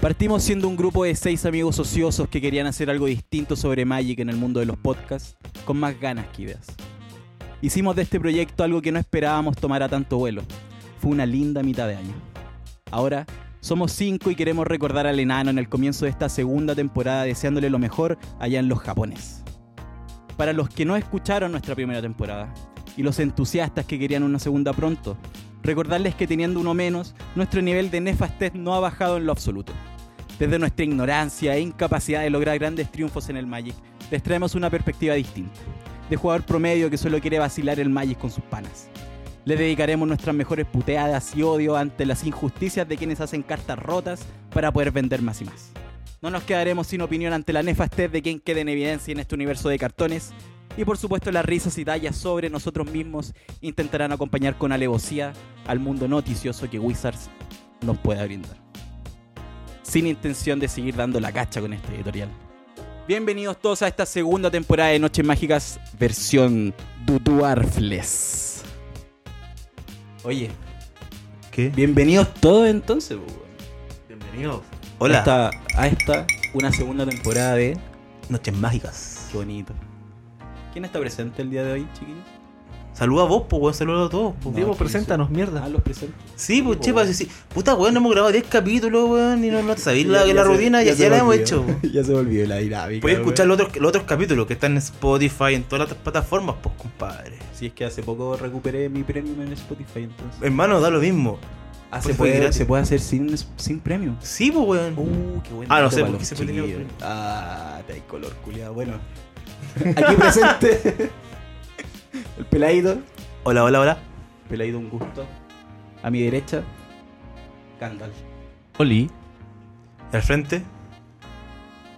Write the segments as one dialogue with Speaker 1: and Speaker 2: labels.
Speaker 1: Partimos siendo un grupo de seis amigos ociosos que querían hacer algo distinto sobre Magic en el mundo de los podcasts, con más ganas que ideas. Hicimos de este proyecto algo que no esperábamos tomar a tanto vuelo. Fue una linda mitad de año. Ahora somos cinco y queremos recordar al enano en el comienzo de esta segunda temporada deseándole lo mejor allá en los Japones. Para los que no escucharon nuestra primera temporada y los entusiastas que querían una segunda pronto, recordarles que teniendo uno menos, nuestro nivel de nefastez no ha bajado en lo absoluto. Desde nuestra ignorancia e incapacidad de lograr grandes triunfos en el Magic, les traemos una perspectiva distinta, de jugador promedio que solo quiere vacilar el Magic con sus panas. Le dedicaremos nuestras mejores puteadas y odio ante las injusticias de quienes hacen cartas rotas para poder vender más y más. No nos quedaremos sin opinión ante la nefastez de quien quede en evidencia en este universo de cartones. Y por supuesto las risas y tallas sobre nosotros mismos intentarán acompañar con alevosía al mundo noticioso que Wizards nos pueda brindar. Sin intención de seguir dando la cacha con este editorial. Bienvenidos todos a esta segunda temporada de Noches Mágicas versión Duduarfles. Oye,
Speaker 2: ¿Qué?
Speaker 1: bienvenidos todos entonces. pues, weón.
Speaker 2: Bienvenidos.
Speaker 1: A
Speaker 2: Hola.
Speaker 1: esta, a esta, una segunda temporada de
Speaker 2: Noches mágicas.
Speaker 1: Qué bonito. ¿Quién está presente el día de hoy, chiquillos?
Speaker 2: Saluda a vos, pues, weón. Saluda a todos. po.
Speaker 1: No,
Speaker 2: Diego,
Speaker 1: aquí
Speaker 2: preséntanos, mierda.
Speaker 1: Ah, los presentes.
Speaker 2: Sí, pues,
Speaker 1: po,
Speaker 2: chepa,
Speaker 1: weón.
Speaker 2: sí, sí. Puta, weón, no hemos grabado 10 capítulos, weón. Y no, no sabéis la, la rutina, ya, ya la hemos hecho. pues. po.
Speaker 1: ya se me olvidó la dinámica.
Speaker 2: Podéis escuchar los otros, los otros capítulos que están en Spotify, en todas las plataformas, pues, compadre.
Speaker 1: Si es que hace poco recuperé mi premium en Spotify, entonces.
Speaker 2: Hermano, da lo mismo.
Speaker 1: Ah,
Speaker 2: Spotify gratis.
Speaker 1: puede hacer sin, sin premium.
Speaker 2: Sí, pues, weón.
Speaker 1: Uh, qué bueno.
Speaker 2: Ah, no sé, porque se puede tener premium.
Speaker 1: Ah, te hay color, culiado. Bueno, aquí presente el peladito.
Speaker 2: Hola, hola, hola.
Speaker 1: Peladito, un gusto. A mi derecha, Gandalf.
Speaker 3: Oli.
Speaker 2: Al frente.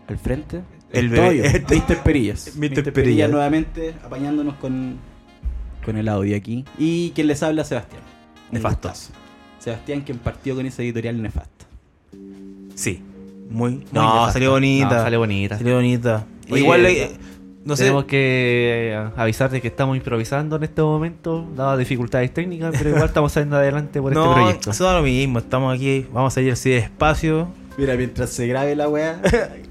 Speaker 1: Al frente,
Speaker 2: El bebé.
Speaker 1: Toyo,
Speaker 2: Este-
Speaker 1: Mr. Perillas.
Speaker 2: Mr. Perillas.
Speaker 1: nuevamente apañándonos con, con el audio aquí. Y quien les habla, Sebastián. Un
Speaker 2: Nefasto.
Speaker 1: gustazo. Sebastián, quien partió con ese editorial nefasto.
Speaker 2: Sí. Muy.
Speaker 3: Muy
Speaker 2: No,
Speaker 3: nefasta.
Speaker 2: salió bonita.
Speaker 3: No, salió Ah, bonita.
Speaker 2: Salió bonita.
Speaker 3: Oye,
Speaker 2: Igual, eh, no sé.
Speaker 3: Tenemos que eh, avisarte que estamos improvisando en este momento, dadas dificultades técnicas, pero igual estamos saliendo adelante por este
Speaker 2: No,
Speaker 3: proyecto.
Speaker 2: eso da lo mismo. Estamos aquí. Vamos a salir así despacio.
Speaker 1: Mira, mientras se grabe la weá.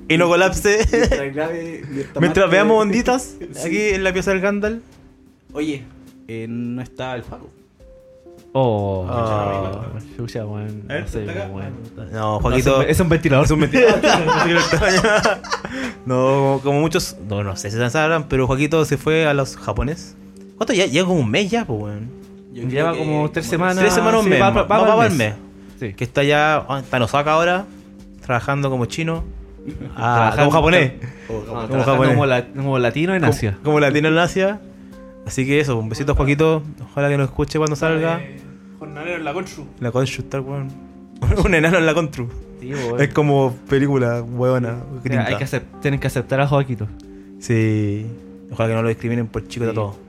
Speaker 2: Y no colapse.
Speaker 1: mientras grabe, mientras
Speaker 2: Mientras
Speaker 1: marque-
Speaker 2: veamos onditas
Speaker 1: Sí.
Speaker 2: aquí en la pieza del Gandalf.
Speaker 1: Oye, eh, no está el Facu.
Speaker 3: Oh,
Speaker 2: Ah.
Speaker 3: chucha, weón,
Speaker 2: A ver,
Speaker 3: no sé,
Speaker 2: ¿está acá?
Speaker 3: weón.
Speaker 2: No,
Speaker 3: No, es,
Speaker 2: Joaquito.
Speaker 3: un, es un ventilador.
Speaker 2: es un mentiroso. no, como muchos. No, no sé si se sabrán, pero Joaquito se fue a los japoneses. ¿Cuánto ya? Llega como un mes ya, pues, weón.
Speaker 1: Yo
Speaker 3: Lleva
Speaker 1: creo que-
Speaker 3: como tres semanas.
Speaker 2: Tres semanas, un
Speaker 3: sí,
Speaker 2: mes.
Speaker 3: va-
Speaker 2: más.
Speaker 3: va- va
Speaker 2: para
Speaker 3: al
Speaker 2: el mes.
Speaker 3: mes. Sí.
Speaker 2: Que está ya. ah, está en Osaka ahora. Trabajando como chino. Ah,
Speaker 3: Trabajando-
Speaker 2: como japonés.
Speaker 1: Oh,
Speaker 3: No,
Speaker 1: como-
Speaker 3: trabajando
Speaker 2: japonés.
Speaker 3: como, la- como latino en Asia.
Speaker 2: Como, como latino en Asia. Así que eso, un besito a Joaquito. Ojalá que nos escuche cuando salga.
Speaker 4: Eh, jornalero en la Consu.
Speaker 2: La Constru está, weón. Un enano en la Constru.
Speaker 3: Sí, weón.
Speaker 2: Es como película, weona.
Speaker 3: Mira,
Speaker 2: gringa.
Speaker 3: hay que acep- tienen que aceptar a Joaquito.
Speaker 2: Sí. Ojalá que no lo discriminen por chico de
Speaker 3: Sí.
Speaker 2: todo.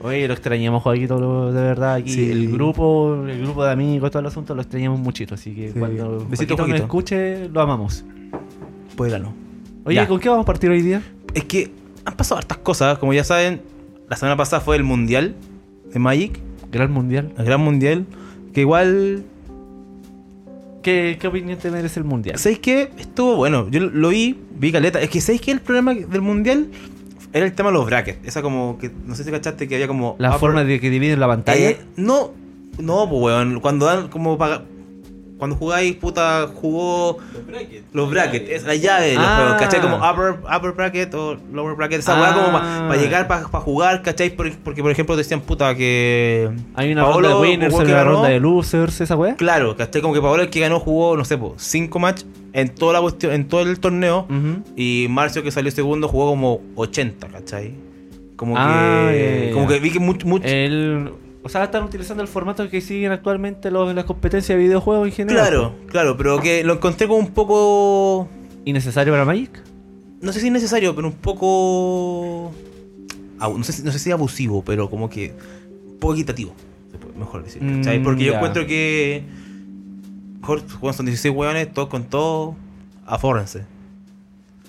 Speaker 3: Oye, lo extrañamos, Joaquito, lo- de verdad. Aquí
Speaker 2: Sí.
Speaker 3: el grupo, el grupo de amigos, todo el asunto, lo extrañamos muchito. Así que
Speaker 2: Sí.
Speaker 3: cuando
Speaker 2: Besito,
Speaker 3: Joaquito nos
Speaker 2: Joaquito.
Speaker 3: escuche, lo amamos.
Speaker 2: Podrano.
Speaker 3: Oye,
Speaker 2: Ya.
Speaker 3: ¿con qué vamos a partir hoy día?
Speaker 2: Es que han pasado hartas cosas. Como ya saben, la semana pasada fue el Mundial de Magic.
Speaker 3: Gran Mundial.
Speaker 2: El Gran Mundial. Que igual...
Speaker 3: ¿Qué, qué opinión te merece el Mundial?
Speaker 2: ¿Sabéis qué? Estuvo bueno. Yo lo vi, vi caleta. Es que ¿sabéis qué? El problema del Mundial era el tema de los brackets. Esa como que... No sé si cachaste que había como...
Speaker 3: La
Speaker 2: upper-
Speaker 3: forma de que dividen la pantalla.
Speaker 2: Eh, no, no, pues weón. Cuando dan como paga- Cuando jugáis, puta, jugó
Speaker 1: Los brackets.
Speaker 2: los brackets, es la llave de los
Speaker 3: Ah.
Speaker 2: juegos, ¿cachai? Como upper, upper bracket o lower bracket, esa weá como para
Speaker 3: Ah.
Speaker 2: llegar, para jugar, ¿cachai? Por- Porque, por ejemplo, decían, puta, que.
Speaker 3: Hay una
Speaker 2: Paolo
Speaker 3: ronda de winners,
Speaker 2: jugó
Speaker 3: hay
Speaker 2: que
Speaker 3: una
Speaker 2: ganó.
Speaker 3: ronda de losers, esa weá.
Speaker 2: Claro, ¿cachai? Como que Paolo el que ganó jugó, no sé, 5 match en toda la cuestión, en todo el torneo.
Speaker 3: Ujú.
Speaker 2: Y Marcio, que salió segundo, jugó como 80, ¿cachai? Como
Speaker 3: Ah,
Speaker 2: que.
Speaker 3: ya, ya, ya. Eh,
Speaker 2: Como que vi que mucho. mucho
Speaker 3: El- o sea, están utilizando el formato que siguen actualmente los, las competencias de videojuegos en general.
Speaker 2: Claro, claro, pero que lo encontré como un poco.
Speaker 3: ¿Innecesario para Magic?
Speaker 2: no sé si necesario, pero un poco. abu- No sé, si- no sé si abusivo, pero como que. Un poco equitativo, se puede- mejor decir.
Speaker 3: Mm,
Speaker 2: ¿cachai? Porque yo
Speaker 3: ya.
Speaker 2: encuentro que. Mejor bueno, son 16 hueones, todos con todo. Afórrense.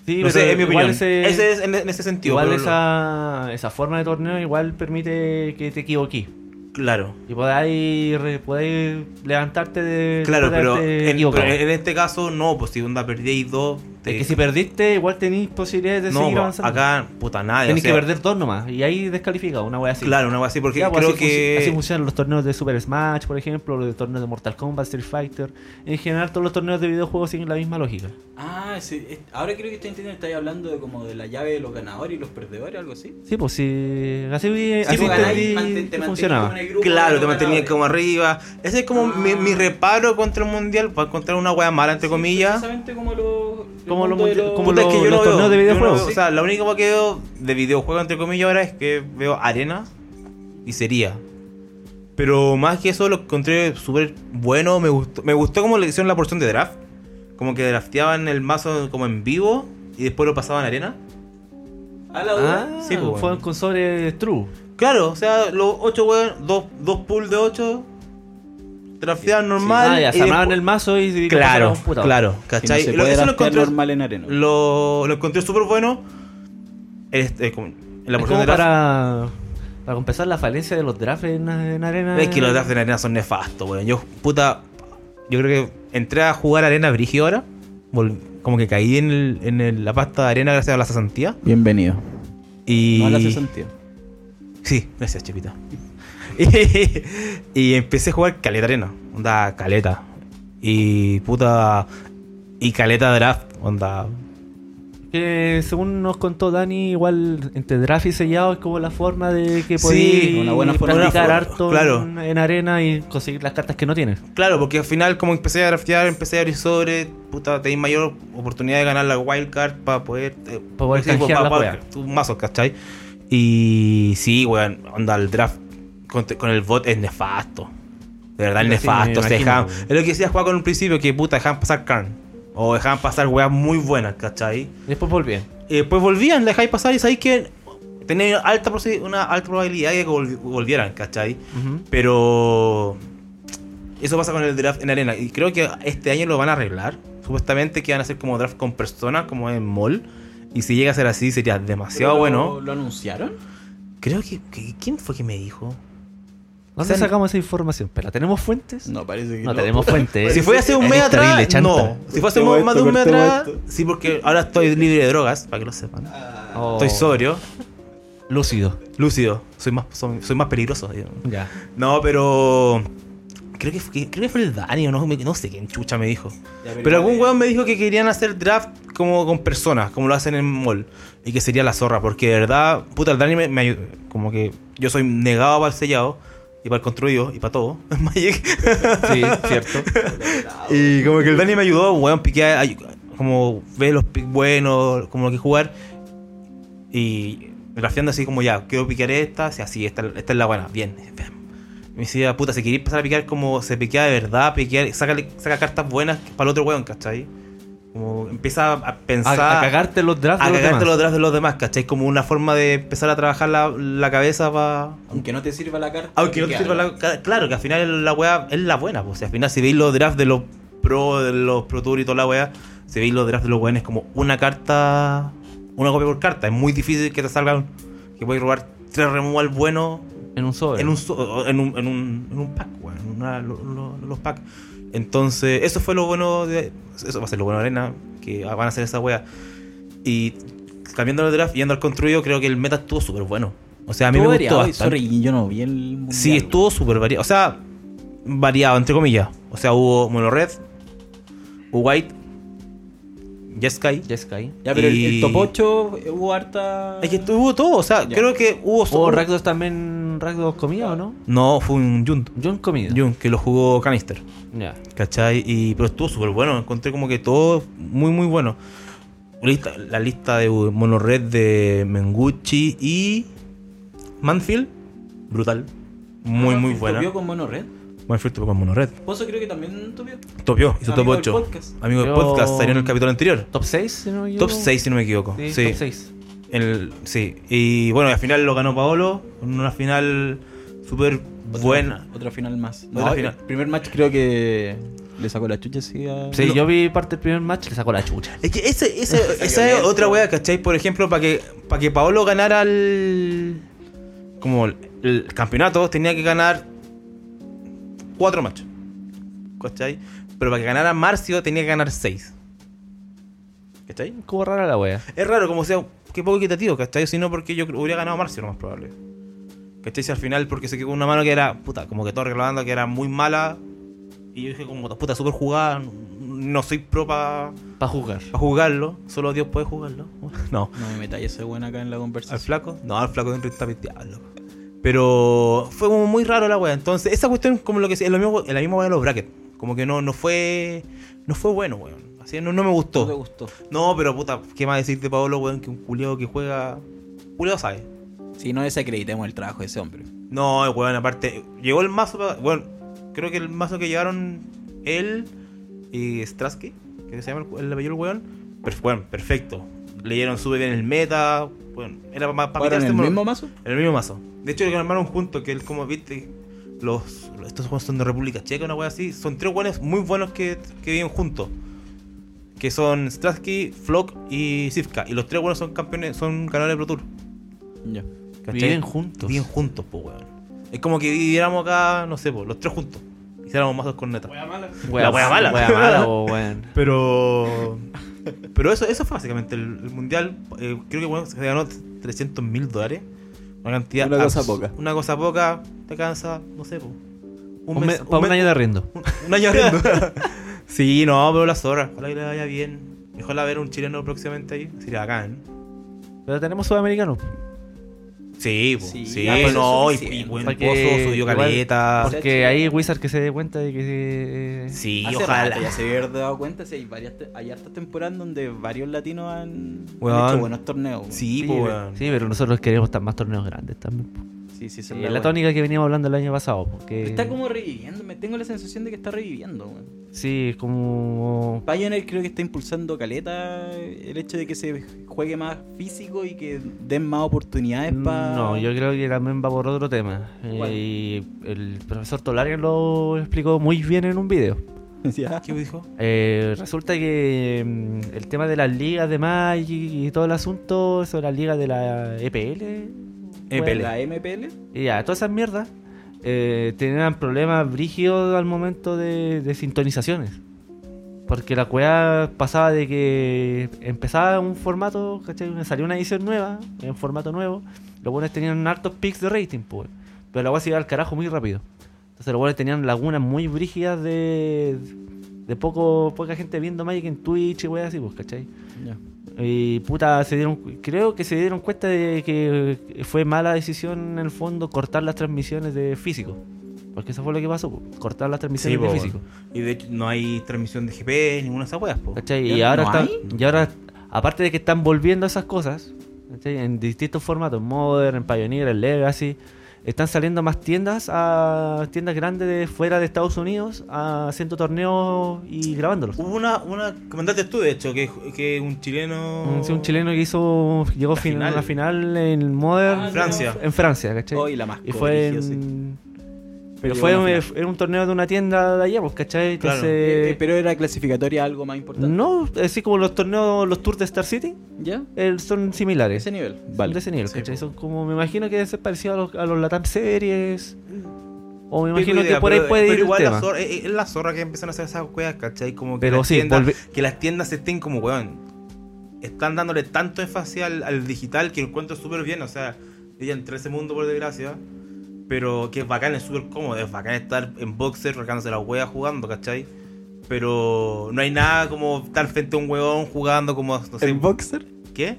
Speaker 3: Sí,
Speaker 2: No sé, es mi opinión. Ese,
Speaker 3: ese-
Speaker 2: es en, en ese sentido.
Speaker 3: Igual
Speaker 2: pero lo-
Speaker 3: esa, esa forma de torneo igual permite que te equivoquís.
Speaker 2: Claro.
Speaker 3: Y podáis, re- podáis levantarte de.
Speaker 2: Claro, pero
Speaker 3: poderte
Speaker 2: en,
Speaker 3: equivocar.
Speaker 2: pero en este caso no, pues si onda perdéis dos,
Speaker 3: Es
Speaker 2: te-
Speaker 3: que si perdiste, igual tenéis posibilidades de
Speaker 2: no,
Speaker 3: seguir
Speaker 2: pues,
Speaker 3: avanzando.
Speaker 2: acá puta nadie. o
Speaker 3: Tenéis
Speaker 2: sea,
Speaker 3: que perder dos nomás. Y ahí descalificado, una wea así.
Speaker 2: Claro, una cosa así, porque
Speaker 3: Ya, pues,
Speaker 2: creo
Speaker 3: así, funci- así
Speaker 2: que
Speaker 3: funcionan los torneos de Super Smash, por ejemplo, los torneos de Mortal Kombat, Street Fighter. En general, todos los torneos de videojuegos siguen la misma lógica.
Speaker 1: Ah, sí, es- ahora creo que estoy entendiendo, estáis hablando de como de la llave de los ganadores y los perdedores, algo así.
Speaker 3: Sí, pues sí. Así, así
Speaker 1: Tipo, pues, ganáis,
Speaker 3: entendí
Speaker 1: manten- te
Speaker 3: que
Speaker 1: mantenías
Speaker 3: funcionaba.
Speaker 1: como en el grupo de
Speaker 2: claro,
Speaker 1: los
Speaker 2: te mantenías
Speaker 1: ganadores.
Speaker 2: como arriba. Ese es como
Speaker 1: Ah.
Speaker 2: mi, mi reparo contra el mundial, para encontrar una wea mala entre
Speaker 1: Sí,
Speaker 2: comillas.
Speaker 1: precisamente como los. el
Speaker 3: Como los
Speaker 1: mundo de
Speaker 3: mundi- como
Speaker 2: Puta,
Speaker 3: los-
Speaker 2: es que yo no
Speaker 3: los
Speaker 2: veo-
Speaker 3: torneos de
Speaker 2: yo no
Speaker 3: videojuegos.
Speaker 2: veo- o sea, la única cosa que veo de videojuego entre comillas ahora es que veo arena y sería. Pero más que eso lo encontré súper bueno, me gustó, me gustó como le hicieron la porción de draft. Como que drafteaban el mazo como en vivo y después lo pasaban a arena.
Speaker 1: A la
Speaker 3: Ah,
Speaker 1: hora.
Speaker 2: Sí, pues,
Speaker 3: fueron
Speaker 2: bueno.
Speaker 3: con sobre True.
Speaker 2: Claro, o sea, los 8 weón, dos, dos pools de 8, drafteaban normal.
Speaker 3: ah, ya,
Speaker 2: y
Speaker 3: se armaban
Speaker 2: después-
Speaker 3: el mazo y, y lo pasaron a
Speaker 2: Claro,
Speaker 3: un puta.
Speaker 2: claro,
Speaker 1: Si no
Speaker 2: ¿cachai?
Speaker 1: se
Speaker 2: Lo-
Speaker 1: puede
Speaker 2: eso lo
Speaker 1: draftear
Speaker 2: encontré,
Speaker 1: normal en arena.
Speaker 2: lo, lo encontré súper bueno. Este, como en la
Speaker 3: es
Speaker 2: porción
Speaker 3: como
Speaker 2: de draft.
Speaker 3: para, para compensar la falencia de los drafts en, en arena.
Speaker 2: Es que los drafts en arena son nefastos, weón. Yo, puta, yo creo que entré a jugar arena brígido ahora. vol- Como que caí en, el- en el- la pasta de arena gracias a la cesantía.
Speaker 1: Bienvenido.
Speaker 2: Y...
Speaker 1: No la hace sentido.
Speaker 2: Sí, gracias, Chepita. y, y empecé a jugar caleta arena. Onda caleta. Y puta. Y caleta draft. Onda.
Speaker 3: Que según nos contó Dani, igual entre draft y sellado es como la forma de que
Speaker 2: Sí,
Speaker 3: podéis
Speaker 1: una buena forma.
Speaker 3: practicar
Speaker 2: Una forma,
Speaker 3: harto
Speaker 2: claro.
Speaker 3: en, en arena y conseguir las cartas que no tienes.
Speaker 2: Claro, porque al final, como empecé a draftear, empecé a abrir sobre. Puta, tenéis mayor oportunidad de ganar la wildcard para poder. eh,
Speaker 3: Pa' poder canjear la wea.
Speaker 2: tus mazos, ¿cachai? Y sí, weón. Onda, el draft con, con el bot es nefasto. De verdad, es
Speaker 3: Sí,
Speaker 2: nefasto.
Speaker 3: me
Speaker 2: se
Speaker 3: imagino,
Speaker 2: dejaban-
Speaker 3: weón.
Speaker 2: es lo que decía jugar con un principio, que puta, dejaban pasar Karn. O dejaban pasar weas muy buenas, ¿cachai?
Speaker 3: Después volví.
Speaker 2: Y después volvían, la dejáis pasar y sabéis que tenéis alta, posi- una alta probabilidad de que volvi- volvieran, ¿cachai? Pero eso pasa con el draft en arena. Y creo que este año lo van a arreglar. Supuestamente que van a hacer como draft con personas, como en mall. Y si llega a ser así, sería demasiado
Speaker 1: Pero
Speaker 2: bueno.
Speaker 1: ¿Lo, lo anunciaron?
Speaker 2: Creo que, que- ¿Quién fue que me dijo?
Speaker 3: ¿Dónde
Speaker 2: Sal-
Speaker 3: sacamos esa información? ¿Pero tenemos fuentes? No,
Speaker 1: No, parece que
Speaker 3: tenemos fuentes.
Speaker 2: Si fue hace un mes
Speaker 3: Eres terrible
Speaker 2: atrás,
Speaker 3: chanta.
Speaker 2: no. Si fue hace
Speaker 1: Cortemos
Speaker 2: más de
Speaker 1: esto,
Speaker 2: un mes
Speaker 1: Este cortemos
Speaker 2: atrás, sí, porque ahora estoy libre de drogas, para que lo sepan.
Speaker 3: Oh,
Speaker 2: Estoy sobrio,
Speaker 3: Lúcido.
Speaker 2: lúcido. Soy más, soy, soy más peligroso. digamos.
Speaker 3: Ya.
Speaker 2: No, pero. Creo que, fue- creo que fue el Dani, o no, me- no sé quién chucha me dijo. Pero algún weón me dijo que querían hacer draft como con personas, como lo hacen en mall. Y que sería la zorra, porque de verdad, puta, el Dani me, me ayudó. Como que yo soy negado para el sellado, y para el construido, y para todo. en Magic.
Speaker 3: Sí, cierto.
Speaker 2: y como que el Dani me ayudó, weón, piqué, ay- como ve los picks buenos, como lo que jugar. Y grafiando así como ya, quiero piquear esta, si así, esta, esta es la buena, bien. bien. Me decía, puta, si queréis empezar a piquear como se piquea de verdad, piquear, sácale- saca cartas buenas para el otro weón, ¿cachai? Como empieza a
Speaker 3: A,
Speaker 2: pensar
Speaker 3: a cagarte los drafts.
Speaker 2: a
Speaker 3: de los
Speaker 2: cagártelo
Speaker 3: demás.
Speaker 2: atrás de los demás, ¿cachai? Como una forma de empezar a trabajar la, la cabeza para.
Speaker 1: Aunque no te sirva la carta.
Speaker 2: Aunque no te sirva la. ca- Claro, que al final la weá es la buena, pues. si al final, si veis los drafts de los pro, de los pro tour y toda la weá, si veis los drafts de los weones, es como una carta. Una copia por carta. Es muy difícil que te salgan. Que podéis robar tres removal buenos
Speaker 3: En un sobre.
Speaker 2: en un, so- en un, en un, en un pack, weón. en una- lo- lo- los packs. Entonces, eso fue lo bueno de. Eso va a ser lo bueno de Arena, que van a hacer esa wea. Y cambiando el draft, yendo al construido, creo que el meta estuvo súper bueno. O sea, a mí me gustó. bastante.
Speaker 1: Sorry, yo no vi el mundial.
Speaker 2: Sí, estuvo súper variado. O sea, variado, entre comillas. O sea, hubo Mono Red, hubo White, Jeskai.
Speaker 3: Ya es que ahí.
Speaker 1: Ya, pero el- el,
Speaker 2: y-
Speaker 1: top 8 hubo harta.
Speaker 2: Es que hubo todo. O sea,
Speaker 1: Ya.
Speaker 2: creo que hubo.
Speaker 3: ¿O Rakdos Oh, también. Rakdos comía o no?
Speaker 2: No, fue un Jun.
Speaker 3: John comía.
Speaker 2: Jun, que lo jugó Canister.
Speaker 3: Ya.
Speaker 2: ¿Cachai? Y, pero estuvo súper bueno. Encontré como que todo muy, muy bueno. Lista- la lista de Monored de Menguchi y Manfield. Brutal. Muy, muy buena.
Speaker 1: Vio con Mono Red.
Speaker 2: Manfield topó con Monored.
Speaker 1: Pozo creo que también tuvió.
Speaker 2: Topió, hizo top
Speaker 1: Amigo del
Speaker 2: 8.
Speaker 1: podcast.
Speaker 2: Amigo del
Speaker 3: Yo-
Speaker 2: podcast, salió en el capítulo anterior.
Speaker 3: ¿Top 6? Si no me
Speaker 2: Top
Speaker 3: equivoco?
Speaker 2: 6, si no me equivoco. Sí,
Speaker 3: Sí, top 6.
Speaker 2: El- sí. Y bueno, al final lo ganó Paolo. En una final súper buena.
Speaker 1: Otra final más.
Speaker 2: Otra
Speaker 1: No,
Speaker 2: final.
Speaker 1: El primer match creo que le sacó la chucha sí a.
Speaker 3: Sí,
Speaker 2: Lo-
Speaker 3: yo vi parte del primer match, le sacó la chucha.
Speaker 2: Es que ese, ese- esa es otra wea, ¿cachai? Por ejemplo, para que, para que Paolo ganara al. como el, el campeonato, tenía que ganar cuatro matches. ¿Cachai? Pero para que ganara Marcio tenía que ganar seis. ¿Cachai?
Speaker 3: Como rara la wea.
Speaker 2: Es raro, como sea, qué poco equitativo, ¿cachai? Si no, porque yo creo- hubiera ganado Marcio, lo más probable. ¿Cachai? Si al final, porque se quedó con una mano que era, puta, como que todo reclamando que era muy mala. Y yo dije, como, puta, súper jugada, n- no soy pro para
Speaker 3: Para jugar.
Speaker 2: jugarlo, solo Dios puede jugarlo. No.
Speaker 1: No me metáis ese buen acá en la
Speaker 2: ¿Al
Speaker 1: conversación.
Speaker 2: flaco? No, al flaco dentro está piteado, loco. Pero fue como muy raro la wea. Entonces, esa cuestión, como lo que es lo mismo, es la misma wea de los brackets. Como que no, no fue. No fue bueno, weón. Así no, no
Speaker 1: No
Speaker 2: me
Speaker 1: te
Speaker 2: gustó.
Speaker 1: gustó.
Speaker 2: No, pero puta, ¿qué más decirte, Pablo, weón? Que un culiao que juega. Culiao sabe.
Speaker 1: Si no desacreditemos el trabajo de ese hombre.
Speaker 2: No, weón, aparte. Llegó el mazo. pa- Bueno, creo que el mazo que llevaron él y Strasky, que se llama el, el apellido del weón. Pero, weón, perfecto. Leyeron súper bien el meta. Bueno, era para
Speaker 1: ¿Jugaron en el mismo mazo?
Speaker 2: el mismo mazo. De hecho, lo armaron juntos, que él, como viste, los, estos juegos son de República Checa, una wea así. Son tres weones muy buenos que, que viven juntos. Que son Stratsky, Flock y Sivka. Y los tres buenos son campeones, son ganadores de Pro Tour.
Speaker 1: Ya.
Speaker 2: ¿cachai?
Speaker 3: Viven juntos.
Speaker 2: Viven juntos, pues weón. Es como que viviéramos acá, no sé, po, los tres juntos. Hiciéramos mazos con neta.
Speaker 4: Wea mala.
Speaker 2: La wea mala.
Speaker 3: Wea mala, po, weón.
Speaker 2: Pero. Pero eso, eso fue básicamente el, el mundial. eh, creo que bueno, se ganó 300 mil dólares. Una cantidad.
Speaker 1: Una cosa
Speaker 2: abs-
Speaker 1: poca.
Speaker 2: Una cosa poca. Te cansa, no sé, po.
Speaker 3: Un
Speaker 2: mes-
Speaker 3: me- pa' un
Speaker 2: mes-
Speaker 3: año de arriendo.
Speaker 2: un año arriendo. sí, no, pero la zorra. Ojalá que le vaya bien. Ojalá ver un chileno próximamente ahí. Sería bacán.
Speaker 3: Pero tenemos sudamericanos.
Speaker 2: Sí, po.
Speaker 1: Sí,
Speaker 2: Sí,
Speaker 1: ya, pero eso es
Speaker 2: no. Y, y
Speaker 1: suficiente.
Speaker 2: buen
Speaker 3: Porque
Speaker 2: pozo, subió
Speaker 3: igual-
Speaker 2: caleta.
Speaker 1: Se ha
Speaker 3: Porque
Speaker 1: hecho-
Speaker 3: ahí Wizard que se dé cuenta de que. eh,
Speaker 2: Sí,
Speaker 1: Hace rato ya
Speaker 2: ojalá.
Speaker 1: se había dado cuenta si hay varias te- hay hartas temporadas donde varios latinos han, han
Speaker 2: Weón.
Speaker 1: hecho buenos torneos.
Speaker 2: Sí,
Speaker 3: sí,
Speaker 2: po,
Speaker 3: pero-
Speaker 2: weón.
Speaker 3: sí, pero nosotros queremos tan- más torneos grandes también. po.
Speaker 1: sí, sí, esa
Speaker 3: Eh,
Speaker 1: es la
Speaker 3: la
Speaker 1: buena.
Speaker 3: tónica que veníamos hablando el año pasado. Porque,
Speaker 1: Está como reviviendo, me tengo la sensación de que está reviviendo. weón.
Speaker 3: Sí, es como.
Speaker 1: Pioneer creo que está impulsando caleta eh, el hecho de que se juegue más físico y que den más oportunidades para.
Speaker 3: Mm, No, yo creo que también va por otro tema. Eh,
Speaker 1: ¿Cuál?
Speaker 3: Y el profesor Tolarian lo explicó muy bien en un video.
Speaker 2: ¿Qué dijo?
Speaker 3: Eh, resulta que mm, el tema de las ligas de Magic y todo el asunto, eso de las ligas de la E EPL.
Speaker 2: EPL.
Speaker 1: ¿La MPL?
Speaker 3: Y ya, todas esas mierdas eh, tenían problemas brígidos al momento de, de sintonizaciones. Porque la cueva pasaba de que empezaba un formato, ¿cachai? Salió una edición nueva, en formato nuevo. Los buenos tenían hartos picks de rating, pues. Pero la cueva se iba al carajo muy rápido. Entonces los buenos tenían lagunas muy brígidas de, de poco, poca gente viendo Magic en Twitch y weas así, pues, ¿cachai?
Speaker 1: Ya.
Speaker 3: Y puta, se dieron, creo que se dieron cuenta de que fue mala decisión en el fondo cortar las transmisiones de físico. Porque eso fue lo que pasó, po, cortar las transmisiones
Speaker 2: po,
Speaker 3: de
Speaker 2: weón.
Speaker 3: físico.
Speaker 2: Y de hecho, no hay transmisión de GP, ninguna de esas weas, po.
Speaker 3: ¿cachai?
Speaker 1: ¿Ya
Speaker 3: Y
Speaker 1: no
Speaker 3: ahora,
Speaker 1: hay?
Speaker 3: están, y ahora, aparte de que están volviendo a esas cosas, ¿cachai? en distintos formatos, en Modern, en Pioneer, en Legacy, están saliendo más tiendas, a, tiendas grandes de fuera de Estados Unidos, a- haciendo torneos y grabándolos.
Speaker 1: Oh.
Speaker 2: Hubo una, una comentaste tú, de hecho, que, que un chileno.
Speaker 3: Mm, sí, un chileno que hizo, llegó
Speaker 2: La
Speaker 3: fin- a la
Speaker 2: final.
Speaker 3: final en Modern.
Speaker 1: Ah,
Speaker 2: En Francia.
Speaker 3: en Francia, ¿cachai?
Speaker 1: Hoy Oh, la más
Speaker 3: y fue en-
Speaker 1: cobrigiosa.
Speaker 3: Pero
Speaker 1: Llegó
Speaker 3: fue
Speaker 1: a la
Speaker 3: un,
Speaker 1: final.
Speaker 3: era un torneo de una tienda de ayer, pues, ¿cachai?
Speaker 2: Claro.
Speaker 1: Eh,
Speaker 3: Entonces,
Speaker 1: eh, pero era clasificatoria algo más importante.
Speaker 3: no, así como los torneos, los tours de Star City,
Speaker 1: ¿Ya?
Speaker 3: eh, son
Speaker 1: De
Speaker 3: similares.
Speaker 1: ese nivel.
Speaker 3: Son de ese nivel,
Speaker 2: Sí,
Speaker 3: ¿cachai?
Speaker 2: po.
Speaker 3: Son como, me imagino que debe ser parecido a los, a los Latam Series. O me
Speaker 2: Pico
Speaker 3: imagino
Speaker 2: idea,
Speaker 3: que por ahí
Speaker 2: pero-
Speaker 3: puede
Speaker 2: pero
Speaker 3: ir
Speaker 2: igual
Speaker 3: el
Speaker 2: La
Speaker 3: tema.
Speaker 2: zorra, es, es la zorra que empiezan a hacer esas weas, ¿cachai? Como que,
Speaker 3: Pero
Speaker 2: las
Speaker 3: sí,
Speaker 2: tiendas,
Speaker 3: volve-
Speaker 2: que las tiendas estén como, weón. Están dándole tanto énfasis al, al digital que lo encuentro súper bien. O sea, ella entró a ese mundo por desgracia. Pero que es bacán, es súper cómodo. Es bacán estar en boxer, arrancándose las weas jugando, ¿cachai? Pero no hay nada como estar frente a un weón jugando como, no sé,
Speaker 1: ¿El boxer?
Speaker 2: ¿Qué?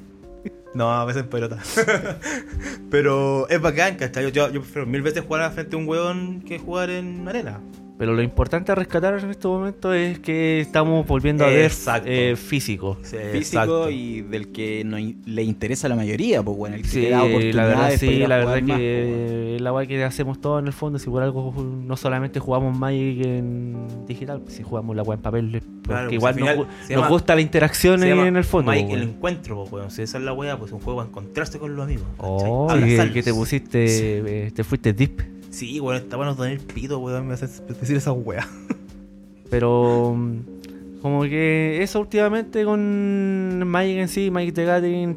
Speaker 2: No, a veces en pelota. Pero es bacán, ¿cachai? Yo, yo prefiero mil veces jugar frente a un hueón que jugar en arena.
Speaker 3: Pero lo importante a rescatar en este momento es que estamos volviendo a
Speaker 2: Exacto.
Speaker 3: ver eh, físico.
Speaker 1: físico y del que no in- le interesa a la mayoría, pues bueno, el que
Speaker 3: Sí,
Speaker 1: le da
Speaker 3: la verdad,
Speaker 1: oportunidades para
Speaker 3: sí,
Speaker 1: ir a
Speaker 3: la verdad
Speaker 1: jugar
Speaker 3: que
Speaker 1: más, pues, bueno.
Speaker 3: eh, la guay que hacemos todo en el fondo, si por algo ju- no solamente jugamos Magic en digital, pues, si jugamos la guay en papel, porque
Speaker 2: Claro, pues,
Speaker 3: igual
Speaker 2: al
Speaker 3: nos,
Speaker 2: final
Speaker 3: gu-
Speaker 2: se
Speaker 3: nos
Speaker 2: llama-
Speaker 3: gusta la interacción
Speaker 2: Se
Speaker 3: en,
Speaker 2: llama
Speaker 3: en el fondo.
Speaker 2: Mike,
Speaker 3: pues,
Speaker 2: el
Speaker 3: weón.
Speaker 2: encuentro, pues, weón. Si esa es la hueá, pues un juego a encontrarse con los amigos. ¿cachai?
Speaker 3: Oh, que,
Speaker 2: Abrazarlos.
Speaker 3: que te pusiste,
Speaker 2: Sí.
Speaker 3: eh, te fuiste deep.
Speaker 2: Sí, weón, está bueno tener pito, weón. Me hace decir esa hueá.
Speaker 3: Pero mm, Como que eso últimamente con Magic en sí, Magic the Gathering,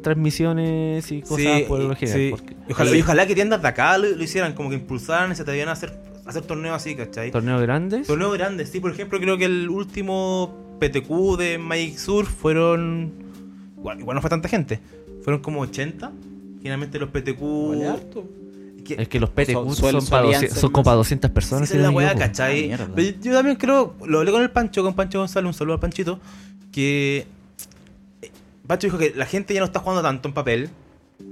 Speaker 3: transmisiones y cosas por lo general.
Speaker 2: sí.
Speaker 3: porque-
Speaker 2: Y ojalá,
Speaker 3: Sí.
Speaker 2: y ojalá que tiendas de acá lo, lo hicieran, como que impulsaran y se atrevieran a hacer, a hacer torneos así, ¿cachai?
Speaker 3: Torneos grandes.
Speaker 2: Torneos grandes, sí, por ejemplo, creo que el último PTQ de Magic Sur fueron. Igual, igual no fue tanta gente, fueron como 80. Generalmente los PTQ.
Speaker 3: Uh.
Speaker 2: que-
Speaker 3: Es que los PTQ son,
Speaker 1: Suel- solían
Speaker 3: para 200
Speaker 1: ser
Speaker 3: son
Speaker 1: más-
Speaker 3: como para 200
Speaker 2: Esa
Speaker 3: personas.
Speaker 2: es
Speaker 3: si no
Speaker 2: la
Speaker 3: me
Speaker 2: weá,
Speaker 3: equivoco.
Speaker 1: Ah,
Speaker 2: ¿cachai?
Speaker 1: mierda.
Speaker 2: Pero yo también creo, lo hablé con el Pancho, con Pancho González, un saludo al Panchito, que eh, Pancho dijo que la gente ya no está jugando tanto en papel.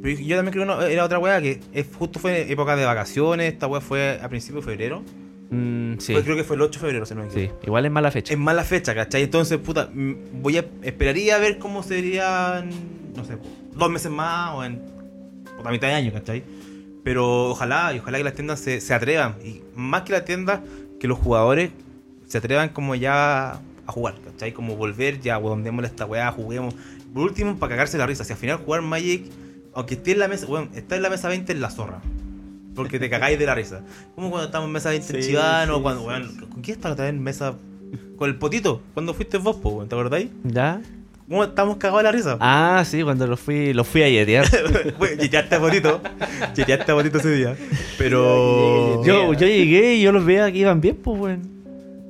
Speaker 2: Pero yo- yo también creo que no, era otra weá que eh, justo fue época de vacaciones, esta weá fue a principios de febrero.
Speaker 3: Mm, sí,
Speaker 2: Pues creo que fue el 8 de febrero, si no me equivoco.
Speaker 3: sí. Igual es mala fecha.
Speaker 2: Es mala fecha, ¿cachai? Entonces, puta, mm, voy a, esperaría a ver cómo sería en, no sé, dos meses más o en o la mitad de año, ¿cachai? Pero ojalá, y ojalá que las tiendas se, se atrevan, y más que las tiendas, que los jugadores se atrevan como ya a jugar, ¿cachai? Como volver ya, weón, démosle esta weá, juguemos. Por último, para cagarse la risa, si al final jugar Magic, aunque esté en la mesa, weón, está en la mesa 20 en la zorra. Porque te cagáis de la risa. Como cuando estamos en mesa 20 en
Speaker 1: Sí,
Speaker 2: Chivano,
Speaker 1: sí,
Speaker 2: cuando,
Speaker 1: sí,
Speaker 2: weón,
Speaker 1: sí.
Speaker 2: ¿con quién está la otra vez en mesa? Con el potito, cuando fuiste vos, po, weón, ¿te acordáis?
Speaker 3: ¿Ya?
Speaker 2: ¿Cómo estamos cagados de la risa?
Speaker 3: Ah, sí, cuando los fui, los fui a yetear.
Speaker 2: Bueno, Llegaste a potito, llegaste a potito ese día. Pero.
Speaker 3: yo, yo llegué y yo los veía que iban bien, pues, weón.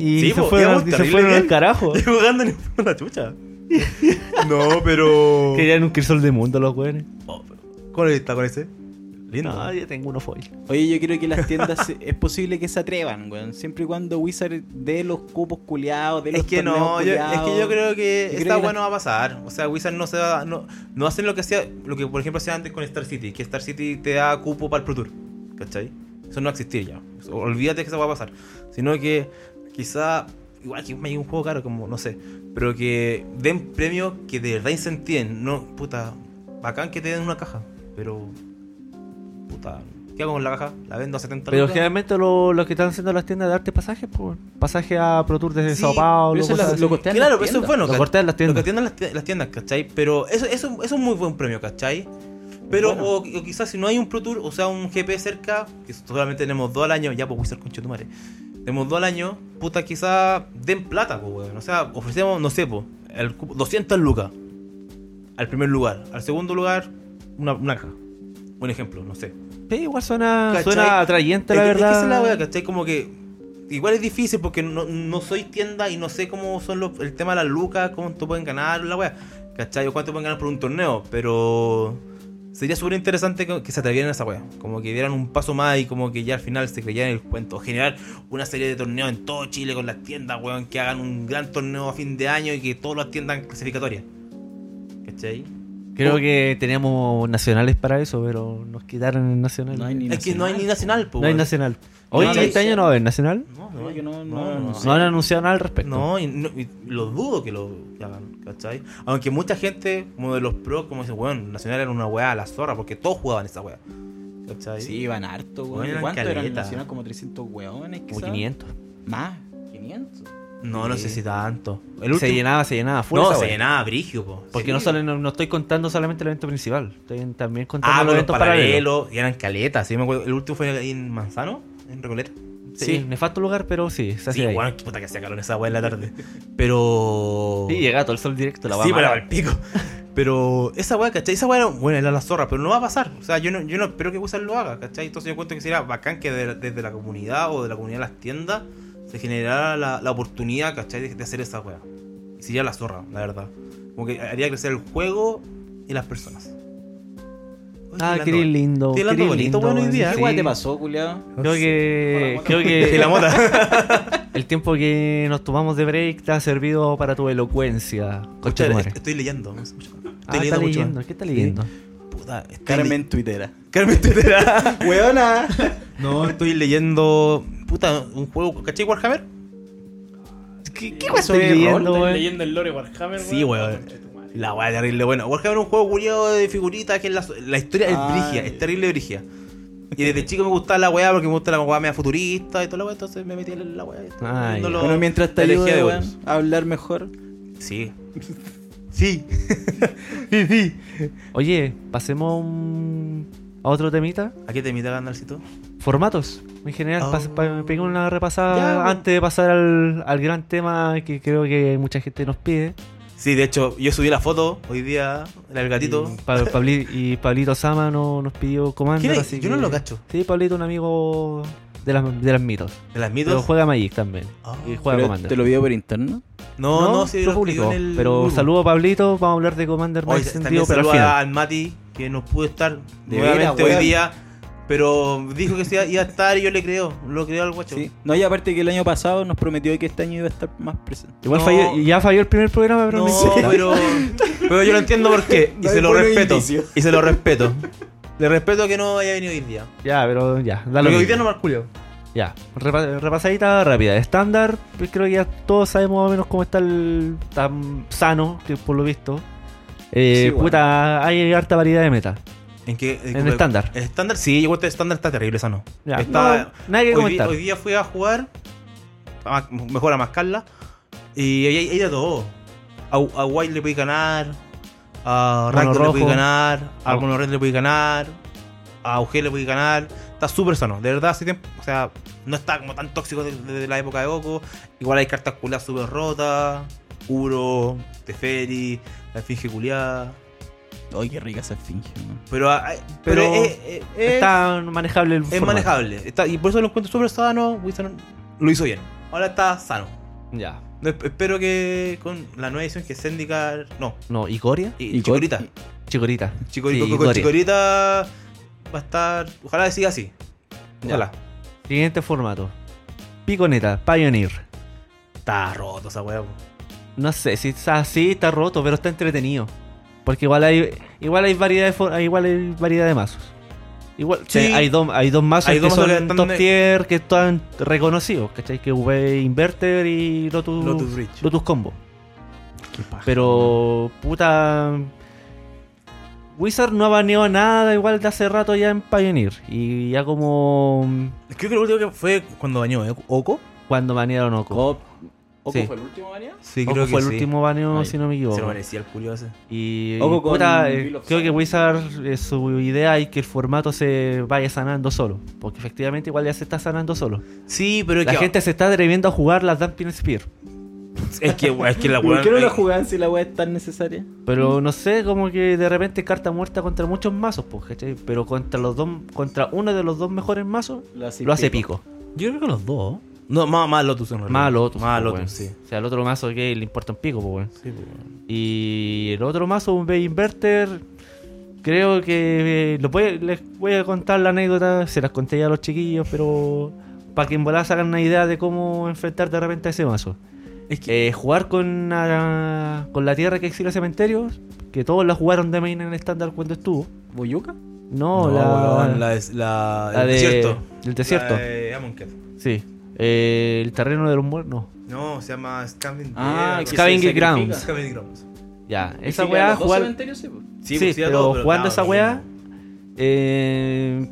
Speaker 3: Y
Speaker 2: Sí,
Speaker 3: se
Speaker 2: po,
Speaker 3: fueron,
Speaker 2: íbamos
Speaker 3: y se
Speaker 2: terrible
Speaker 3: fueron al
Speaker 2: bien.
Speaker 3: carajo.
Speaker 2: Estoy jugando en la chucha. No, pero.
Speaker 3: Querían un crisol de mundo los weones.
Speaker 2: Oh, pero- ¿Cuál está con ese? Lindo.
Speaker 3: No, yo tengo uno foil.
Speaker 1: Oye, yo creo que las tiendas se- es posible que se atrevan, weón. Siempre y cuando Wizard dé los cupos culiados, dé los
Speaker 2: es que no,
Speaker 1: torneos
Speaker 2: yo, es que yo
Speaker 1: culiados.
Speaker 2: creo que
Speaker 1: Yo creo
Speaker 2: esta
Speaker 1: que
Speaker 2: weá
Speaker 1: la-
Speaker 2: no va a pasar. O sea, Wizard no se va no, no hacen lo que hacía, lo que por ejemplo hacía antes con Star City, que Star City te da cupo para el Pro Tour. ¿Cachai? Eso no va a existir ya. Eso- Olvídate que eso va a pasar. Sino que quizá, igual que me llegue un juego caro, como no sé, pero que den premios que de verdad incentiven. No, puta, bacán que te den una caja, pero. Puta, ¿qué hago con la caja? La vendo a 70
Speaker 3: Pero
Speaker 2: lucas?
Speaker 3: generalmente lo, lo que están haciendo las tiendas de arte pasajes, pues, weón. Pasaje a Pro Tour desde
Speaker 2: Sí,
Speaker 3: Sao Paulo.
Speaker 1: pero eso es la-
Speaker 3: cosas así.
Speaker 1: lo costean
Speaker 2: Claro,
Speaker 1: las
Speaker 2: eso es
Speaker 1: tiendas.
Speaker 2: bueno.
Speaker 3: Lo
Speaker 2: ¿cachai?
Speaker 3: cortean las tiendas.
Speaker 2: Lo costean las, tie- las tiendas, ¿cachai? Pero eso, eso, eso es un muy buen premio, ¿cachai? Pero,
Speaker 1: Bueno.
Speaker 2: o, o quizás si no hay un Pro Tour, o sea, un GP cerca, que solamente tenemos dos al año, ya pues Wizard con Chetumare. Tenemos dos al año, puta, quizás den plata, pues, weón. O sea, ofrecemos, no sé, pues, el cupo- 200 lucas al primer lugar. Al segundo lugar, una, una caja. Un ejemplo, no sé.
Speaker 3: Sí, igual suena,
Speaker 2: ¿Cachai?
Speaker 3: suena atrayente,
Speaker 2: Es
Speaker 3: la
Speaker 2: que- es que
Speaker 3: verdad.
Speaker 2: esa es la wea, ¿cachai? Como que. Igual es difícil porque no, no soy tienda y no sé cómo son los, el tema de las lucas, cuánto pueden ganar, la wea. ¿Cachai? O cuánto pueden ganar por un torneo. Pero. Sería súper interesante que, que se atrevieran a esa wea. Como que dieran un paso más y como que ya al final se creyeran el cuento. Generar una serie de torneos en todo Chile con las tiendas, weón. Que hagan un gran torneo a fin de año y que todos las tiendas clasificatorias. ¿Cachai?
Speaker 3: Creo que teníamos nacionales para eso, pero nos quitaron el nacional.
Speaker 1: No hay ni
Speaker 2: Es que no hay ni nacional, po,
Speaker 3: No hay
Speaker 2: weón.
Speaker 3: nacional. Hoy,
Speaker 2: No hay-
Speaker 3: este año no va a haber nacional.
Speaker 2: No,
Speaker 1: Creo que no- no- no sé.
Speaker 3: No han anunciado nada al respecto.
Speaker 2: No, y, no- y lo dudo que lo que hagan, ¿cachai? Aunque mucha gente, como de los pros, como dice, weón, Nacional era una weá a la zorra, porque todos jugaban esa weá. ¿Cachai?
Speaker 1: Sí, van harto,
Speaker 2: Bueno,
Speaker 1: weón.
Speaker 2: eran
Speaker 1: ¿Cuánto eran
Speaker 2: caleta.
Speaker 1: nacional? Como 300 weones,
Speaker 3: Como
Speaker 1: quizás.
Speaker 3: 500.
Speaker 1: Más, 500.
Speaker 2: No, no sé si tanto. El
Speaker 3: Se
Speaker 2: último-
Speaker 3: llenaba, se llenaba. full
Speaker 2: No,
Speaker 3: esa
Speaker 2: se
Speaker 3: wea.
Speaker 2: llenaba brigio, po.
Speaker 3: Porque
Speaker 2: Sí.
Speaker 3: no, solo, no, no estoy contando solamente el evento principal. Estoy también contando
Speaker 2: Ah,
Speaker 3: los
Speaker 2: los
Speaker 3: eventos
Speaker 2: paralelos,
Speaker 3: paralelos.
Speaker 2: y eran caletas, sí, me acuerdo. El último fue ahí en Manzano, en Recoleta.
Speaker 3: Sí, nefasto lugar, pero sí. Se
Speaker 2: Sí,
Speaker 3: hacía ahí.
Speaker 2: weón, qué puta que se calor esa weá en la tarde. Pero.
Speaker 3: Sí, llega todo el sol directo. La
Speaker 2: sí,
Speaker 3: para
Speaker 2: pero al pico. Pero esa weá, ¿cachai? Esa weá era buena, era la zorra, pero no va a pasar. O sea, yo no, yo no espero que Wizard lo haga, ¿cachai? Entonces yo encuentro que sería bacán que de- desde la comunidad o de la comunidad de las tiendas se generara la, la oportunidad, ¿cachai? De, de hacer esa weá. Y sería la zorra, la verdad. Como que haría crecer el juego y las personas. Oye,
Speaker 3: Ah,
Speaker 2: hablando-
Speaker 3: qué lindo.
Speaker 2: Estoy hablando
Speaker 3: qué
Speaker 2: bonito,
Speaker 3: lindo,
Speaker 2: bueno, hoy día.
Speaker 1: ¿Qué
Speaker 3: sí.
Speaker 1: weón te pasó, culiado?
Speaker 3: Creo que, creo
Speaker 2: Y la
Speaker 3: que
Speaker 2: mota.
Speaker 3: el tiempo que nos tomamos de break te ha servido para tu elocuencia. Concha tu
Speaker 2: Escucha,
Speaker 3: madre.
Speaker 2: est- estoy leyendo. Estoy
Speaker 3: Ah,
Speaker 2: leyendo
Speaker 3: está
Speaker 2: mucho.
Speaker 3: leyendo. ¿Qué está leyendo?
Speaker 2: Puta, estoy le-
Speaker 1: Carmen Twittera.
Speaker 2: Carmen Tetera.
Speaker 1: ¡Weona!
Speaker 2: No, estoy leyendo. Puta, un juego. ¿Cachai Warhammer?
Speaker 3: ¿Qué,
Speaker 1: ¿Qué pasó de
Speaker 4: Estoy
Speaker 3: weón?
Speaker 4: leyendo el lore Warhammer,
Speaker 2: Sí, weón. La weá terrible buena. Warhammer es un juego culiado de figuritas que es la, la historia es
Speaker 1: Ah,
Speaker 2: brigia,
Speaker 1: ya.
Speaker 2: es terrible brigia. Y desde chico me gustaba la weá porque me gusta la weá media futurista y toda la weá, entonces me metí en la weá. y estaba
Speaker 3: Ah,
Speaker 2: viendo
Speaker 3: ya.
Speaker 2: los-
Speaker 1: Bueno, mientras te
Speaker 2: la herejía
Speaker 1: ayude,
Speaker 2: de
Speaker 1: weón,
Speaker 2: Horus.
Speaker 1: a hablar mejor.
Speaker 2: Sí. Sí. sí, sí.
Speaker 3: Oye, pasemos a un- a otro temita.
Speaker 2: ¿A qué te invita Gandalfcito?
Speaker 3: formatos. En general,
Speaker 2: Oh.
Speaker 3: pas- pa- pegué una repasada
Speaker 2: Ya, bueno.
Speaker 3: antes de pasar al, al gran tema que creo que mucha gente nos pide.
Speaker 2: Sí, de hecho, yo subí la foto hoy día, la del gatito.
Speaker 3: Y, Pa- Pabli- y Pablito Sama no- nos pidió comando.
Speaker 2: ¿Quién es?
Speaker 3: así
Speaker 2: Yo no
Speaker 3: que-
Speaker 2: lo cacho.
Speaker 3: Sí, Pablito, un amigo de las, de las mitos.
Speaker 2: ¿De las
Speaker 3: Pero
Speaker 2: mitos?
Speaker 3: juega Magic también.
Speaker 2: Ah.
Speaker 3: Y juega
Speaker 1: Pero
Speaker 3: Commander.
Speaker 1: ¿Te lo vio por interno?
Speaker 2: No, no, sí,
Speaker 3: lo
Speaker 2: lo escribió
Speaker 3: publicó.
Speaker 2: en el
Speaker 3: Pero
Speaker 2: grupo.
Speaker 3: saludo a Pablito, vamos a hablar de Commander más
Speaker 2: Hoy
Speaker 3: extendido,
Speaker 2: también
Speaker 3: pero al
Speaker 2: saludo
Speaker 3: final.
Speaker 2: al Mati, que no pudo estar
Speaker 1: De
Speaker 2: nuevamente
Speaker 1: veras,
Speaker 2: hoy
Speaker 1: weón.
Speaker 2: día, pero dijo que sí iba a estar y yo le creo, lo creo al guacho.
Speaker 1: Sí. No, y aparte que el año pasado nos prometió que este año iba a estar más presente.
Speaker 3: Igual
Speaker 2: No.
Speaker 3: falló, ya falló el primer programa, pero
Speaker 2: No,
Speaker 3: no importa.
Speaker 2: pero, pero yo lo entiendo por qué, y
Speaker 1: No
Speaker 2: se
Speaker 1: hay
Speaker 2: lo
Speaker 1: buenos
Speaker 2: respeto,
Speaker 1: indicios.
Speaker 2: y se lo respeto. Le respeto que no haya venido hoy día.
Speaker 3: Ya, pero ya. da lo
Speaker 2: Porque hoy
Speaker 3: mismo.
Speaker 2: día no me Julio.
Speaker 3: Ya, repa- repasadita rápida. Estándar, pues creo que ya todos sabemos más o menos cómo está el tan sano, que por lo visto. Eh,
Speaker 1: Sí, bueno.
Speaker 3: Puta, hay harta variedad de meta.
Speaker 2: ¿En qué?
Speaker 3: En estándar.
Speaker 2: En estándar, sí, yo creo que estándar está terrible, esa no.
Speaker 3: Ya,
Speaker 2: Está-
Speaker 3: no, nada
Speaker 2: Hoy,
Speaker 3: que
Speaker 2: di-
Speaker 3: comentar.
Speaker 2: hoy día fui a jugar, a- mejor a mascarla, y ahí hay de todo. A, a White le podí ganar, a
Speaker 3: Mono
Speaker 2: Ragnar le podí
Speaker 3: Rojo.
Speaker 2: ganar, a
Speaker 3: Ah.
Speaker 2: Mono Red le podí ganar, a UG le podí ganar. Está súper sano, de verdad, hace tiempo. O sea, no está como tan tóxico desde la época de Goku. Igual hay cartas culiadas súper rotas, Uro, Teferi, la Finge culiada.
Speaker 1: Ay, qué rica esa esfinge, man.
Speaker 2: Pero, hay- pero, eh,
Speaker 3: Pero
Speaker 2: es- es- es-
Speaker 3: Está manejable el
Speaker 2: es
Speaker 3: formato.
Speaker 2: manejable. Está, y por eso lo encuentro súper sano. Wilson lo hizo bien. Ahora está sano.
Speaker 3: Ya.
Speaker 2: No, esp- Espero que con la nueva edición que Zendikar. No,
Speaker 3: No, Icoria,
Speaker 2: y,
Speaker 1: ¿Y
Speaker 2: Chikorita.
Speaker 1: con-
Speaker 3: Chicorita.
Speaker 2: Chicor- con-
Speaker 3: Sí,
Speaker 2: con
Speaker 3: Icoria.
Speaker 2: Chikorita va a estar. Ojalá siga así.
Speaker 3: Ya.
Speaker 2: Ojalá.
Speaker 3: Siguiente formato. Piconeta, Pioneer.
Speaker 2: Está roto esa weá. po.
Speaker 3: No sé si está así, está roto, pero está entretenido. Porque igual hay igual hay variedad de for- igual hay variedad de mazos. Igual
Speaker 2: Sí.
Speaker 3: o sea, hay dos hay dos mazos
Speaker 2: Hay
Speaker 3: que
Speaker 2: dos mazos
Speaker 3: son
Speaker 2: que están
Speaker 3: top
Speaker 2: de-
Speaker 3: tier que están reconocidos, ¿cachai? Que V Inverter y Lotus
Speaker 2: Lotus
Speaker 3: Lotus,
Speaker 2: Bridge.
Speaker 3: Combo.
Speaker 1: Qué paja,
Speaker 3: Pero puta Wizard no ha baneado nada igual de hace rato ya en Pioneer y ya como
Speaker 2: Creo que lo último que fue cuando bañó ¿eh? Oco.
Speaker 3: cuando banearon Oco.
Speaker 1: ¿Cop? ¿Oco
Speaker 3: Sí.
Speaker 1: fue el último baneado?
Speaker 2: Sí,
Speaker 3: Oco fue el último baneo,
Speaker 1: Ahí.
Speaker 3: si no me equivoco.
Speaker 2: Se lo merecía el curioso.
Speaker 3: Y
Speaker 1: Ojo con
Speaker 3: puta, eh,
Speaker 1: Wheel of
Speaker 3: creo que
Speaker 1: Time.
Speaker 3: Wizard, eh, su idea es que el formato se vaya sanando solo. Porque efectivamente igual ya se está sanando solo.
Speaker 2: Sí, pero es
Speaker 3: La
Speaker 2: que.
Speaker 3: gente se está atreviendo a jugar las Dumping Spear.
Speaker 2: Es que, es que la
Speaker 1: ¿Por
Speaker 2: weá.
Speaker 1: qué no la
Speaker 2: eh,
Speaker 1: jugaban si la weá es tan necesaria?
Speaker 3: Pero no sé, como que de repente carta muerta contra muchos mazos, pues, ¿cachai? Pero contra los dos, contra uno de los dos mejores mazos,
Speaker 1: Lo hace
Speaker 3: lo hace pico.
Speaker 2: Yo creo que los dos. No, más, más Lotus. en realidad.
Speaker 3: Más al otro.
Speaker 2: Más
Speaker 3: pues,
Speaker 2: Lotus,
Speaker 3: weón.
Speaker 2: sí.
Speaker 3: O sea, al otro mazo que le importa un pico, pues, weón.
Speaker 2: Sí, po.
Speaker 3: Y el otro mazo, un B Inverter, creo que eh, lo voy- les voy a contar la anécdota, se las conté ya a los chiquillos, pero para que en volada hagan una idea de cómo enfrentar de repente a ese mazo.
Speaker 2: Es que.
Speaker 3: Eh, jugar con la, con la tierra que exila cementerios, que todos la jugaron de main en el estándar cuando estuvo.
Speaker 1: ¿Boyuca?
Speaker 3: No,
Speaker 2: No,
Speaker 3: la,
Speaker 2: weón, la, des- la,
Speaker 3: la
Speaker 2: el
Speaker 3: de-
Speaker 2: desierto.
Speaker 3: del desierto.
Speaker 2: La de Amonkhet.
Speaker 3: Sí. Eh, el terreno de los muertos. no.
Speaker 2: No, se llama Scamming
Speaker 1: Ah,
Speaker 2: Grounds.
Speaker 1: que
Speaker 3: Scavenging
Speaker 1: se sacrifica.
Speaker 3: Grounds.
Speaker 2: Scamming Grounds.
Speaker 3: Ya,
Speaker 1: ¿Y
Speaker 3: esa
Speaker 1: si
Speaker 3: weá,
Speaker 1: quedan los dos
Speaker 3: jugar,
Speaker 1: cementerios, sí, po?
Speaker 3: Sí,
Speaker 2: pues,
Speaker 3: pero
Speaker 2: todo,
Speaker 3: jugando
Speaker 2: nada,
Speaker 3: esa
Speaker 2: no,
Speaker 3: weá. eh,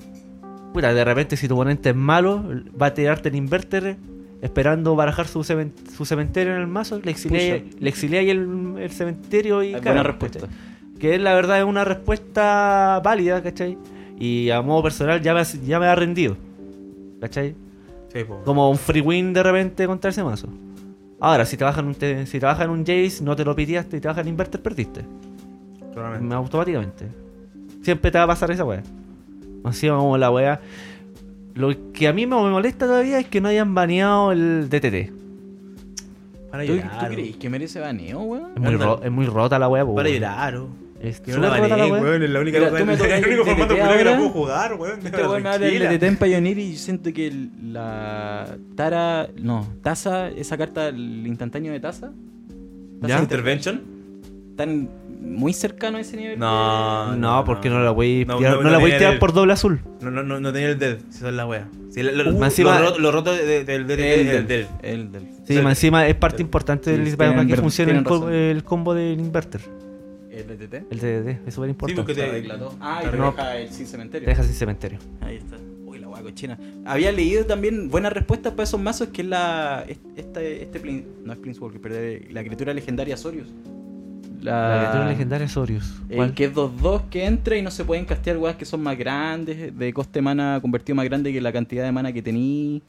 Speaker 3: puta, de repente, si tu oponente es malo, va a tirarte el inverter esperando barajar su, cemen- su cementerio en el mazo. Le exilé,
Speaker 1: Pucha.
Speaker 3: le exilé ahí el, el cementerio y.
Speaker 1: Es
Speaker 3: caga,
Speaker 1: buena respuesta.
Speaker 3: ¿cachai? Que es, la verdad es una respuesta válida, ¿cachai? Y a modo personal ya me, ha- ya me ha rendido. ¿cachai?
Speaker 2: Sí, pues, po.
Speaker 3: Como un free win de repente contra ese mazo. Ahora, si te bajan un, te- si te bajan un Jace, no te lo pidiaste y te bajan el inverter, perdiste.
Speaker 2: Claramente.
Speaker 3: Me- automáticamente. Siempre te va a pasar esa weá. Así vamos la weá. Lo que a mí me molesta todavía es que no hayan baneado el DTT.
Speaker 2: Para
Speaker 1: ¿Tú,
Speaker 2: llorar.
Speaker 1: ¿Tú crees que merece baneo, weón?
Speaker 3: Es muy,
Speaker 2: Ándale.
Speaker 3: ro- es muy rota la weá, po,
Speaker 2: Para
Speaker 3: weón.
Speaker 2: llorar. oh.
Speaker 3: Es
Speaker 2: Que
Speaker 3: súper
Speaker 2: no la
Speaker 3: rota la
Speaker 2: gané,
Speaker 3: weá.
Speaker 2: weón. Es la única
Speaker 1: Mira, tú me tocas
Speaker 2: el
Speaker 1: el
Speaker 2: único formato
Speaker 1: DTT
Speaker 2: culiao que la
Speaker 1: ahora.
Speaker 2: puedo jugar, weón.
Speaker 1: Este weón habla del DTT en Pioneer y yo siento que el- la Tara. No, Taza, esa carta, el instantáneo de Taza. Taza
Speaker 2: ¿Ya?
Speaker 1: Inter-
Speaker 2: ¿Intervention?
Speaker 1: Están muy cercano a ese nivel.
Speaker 2: No.
Speaker 3: No,
Speaker 2: no,
Speaker 3: porque
Speaker 2: no.
Speaker 3: no la voy
Speaker 2: No,
Speaker 3: a tirar,
Speaker 2: no,
Speaker 3: no,
Speaker 2: no
Speaker 3: la voy a
Speaker 2: tenía
Speaker 3: tirar
Speaker 2: el-
Speaker 3: por doble azul.
Speaker 2: No, no, no, no tenía el dead. Si son la weá. Sí, la- lo,
Speaker 3: Uh,
Speaker 2: lo,
Speaker 3: encima-
Speaker 2: roto- lo roto de- de- del
Speaker 1: que-
Speaker 2: DTT
Speaker 1: El,
Speaker 2: del
Speaker 1: del.
Speaker 2: del-
Speaker 1: El del.
Speaker 3: Sí,
Speaker 2: Sí.
Speaker 3: más encima es parte importante del,
Speaker 1: Sí,
Speaker 3: para
Speaker 1: tienen
Speaker 3: que
Speaker 1: ver-
Speaker 3: funcione el,
Speaker 1: tienen
Speaker 3: co-
Speaker 1: razón.
Speaker 3: el combo del inverter.
Speaker 1: El DTT.
Speaker 3: El DTT, es súper
Speaker 2: Sí,
Speaker 3: importante.
Speaker 2: porque
Speaker 1: Se
Speaker 2: te
Speaker 1: arregla todo. Ah, y
Speaker 2: te
Speaker 1: te
Speaker 3: no.
Speaker 1: deja el sin cementerio.
Speaker 3: Te dejas sin cementerio.
Speaker 1: Ahí está. Uy, la guaco china. Había leído también buenas respuestas para esos mazos que es la. Este, este plin- no es Planeswalker, pero de- la criatura legendaria Sorius.
Speaker 3: La criatura
Speaker 1: la,
Speaker 3: legendaria Sorius.
Speaker 1: el que es 2-2 que entra y no se pueden castear weas que son más grandes, de coste mana convertido más grande que la cantidad de mana que tení.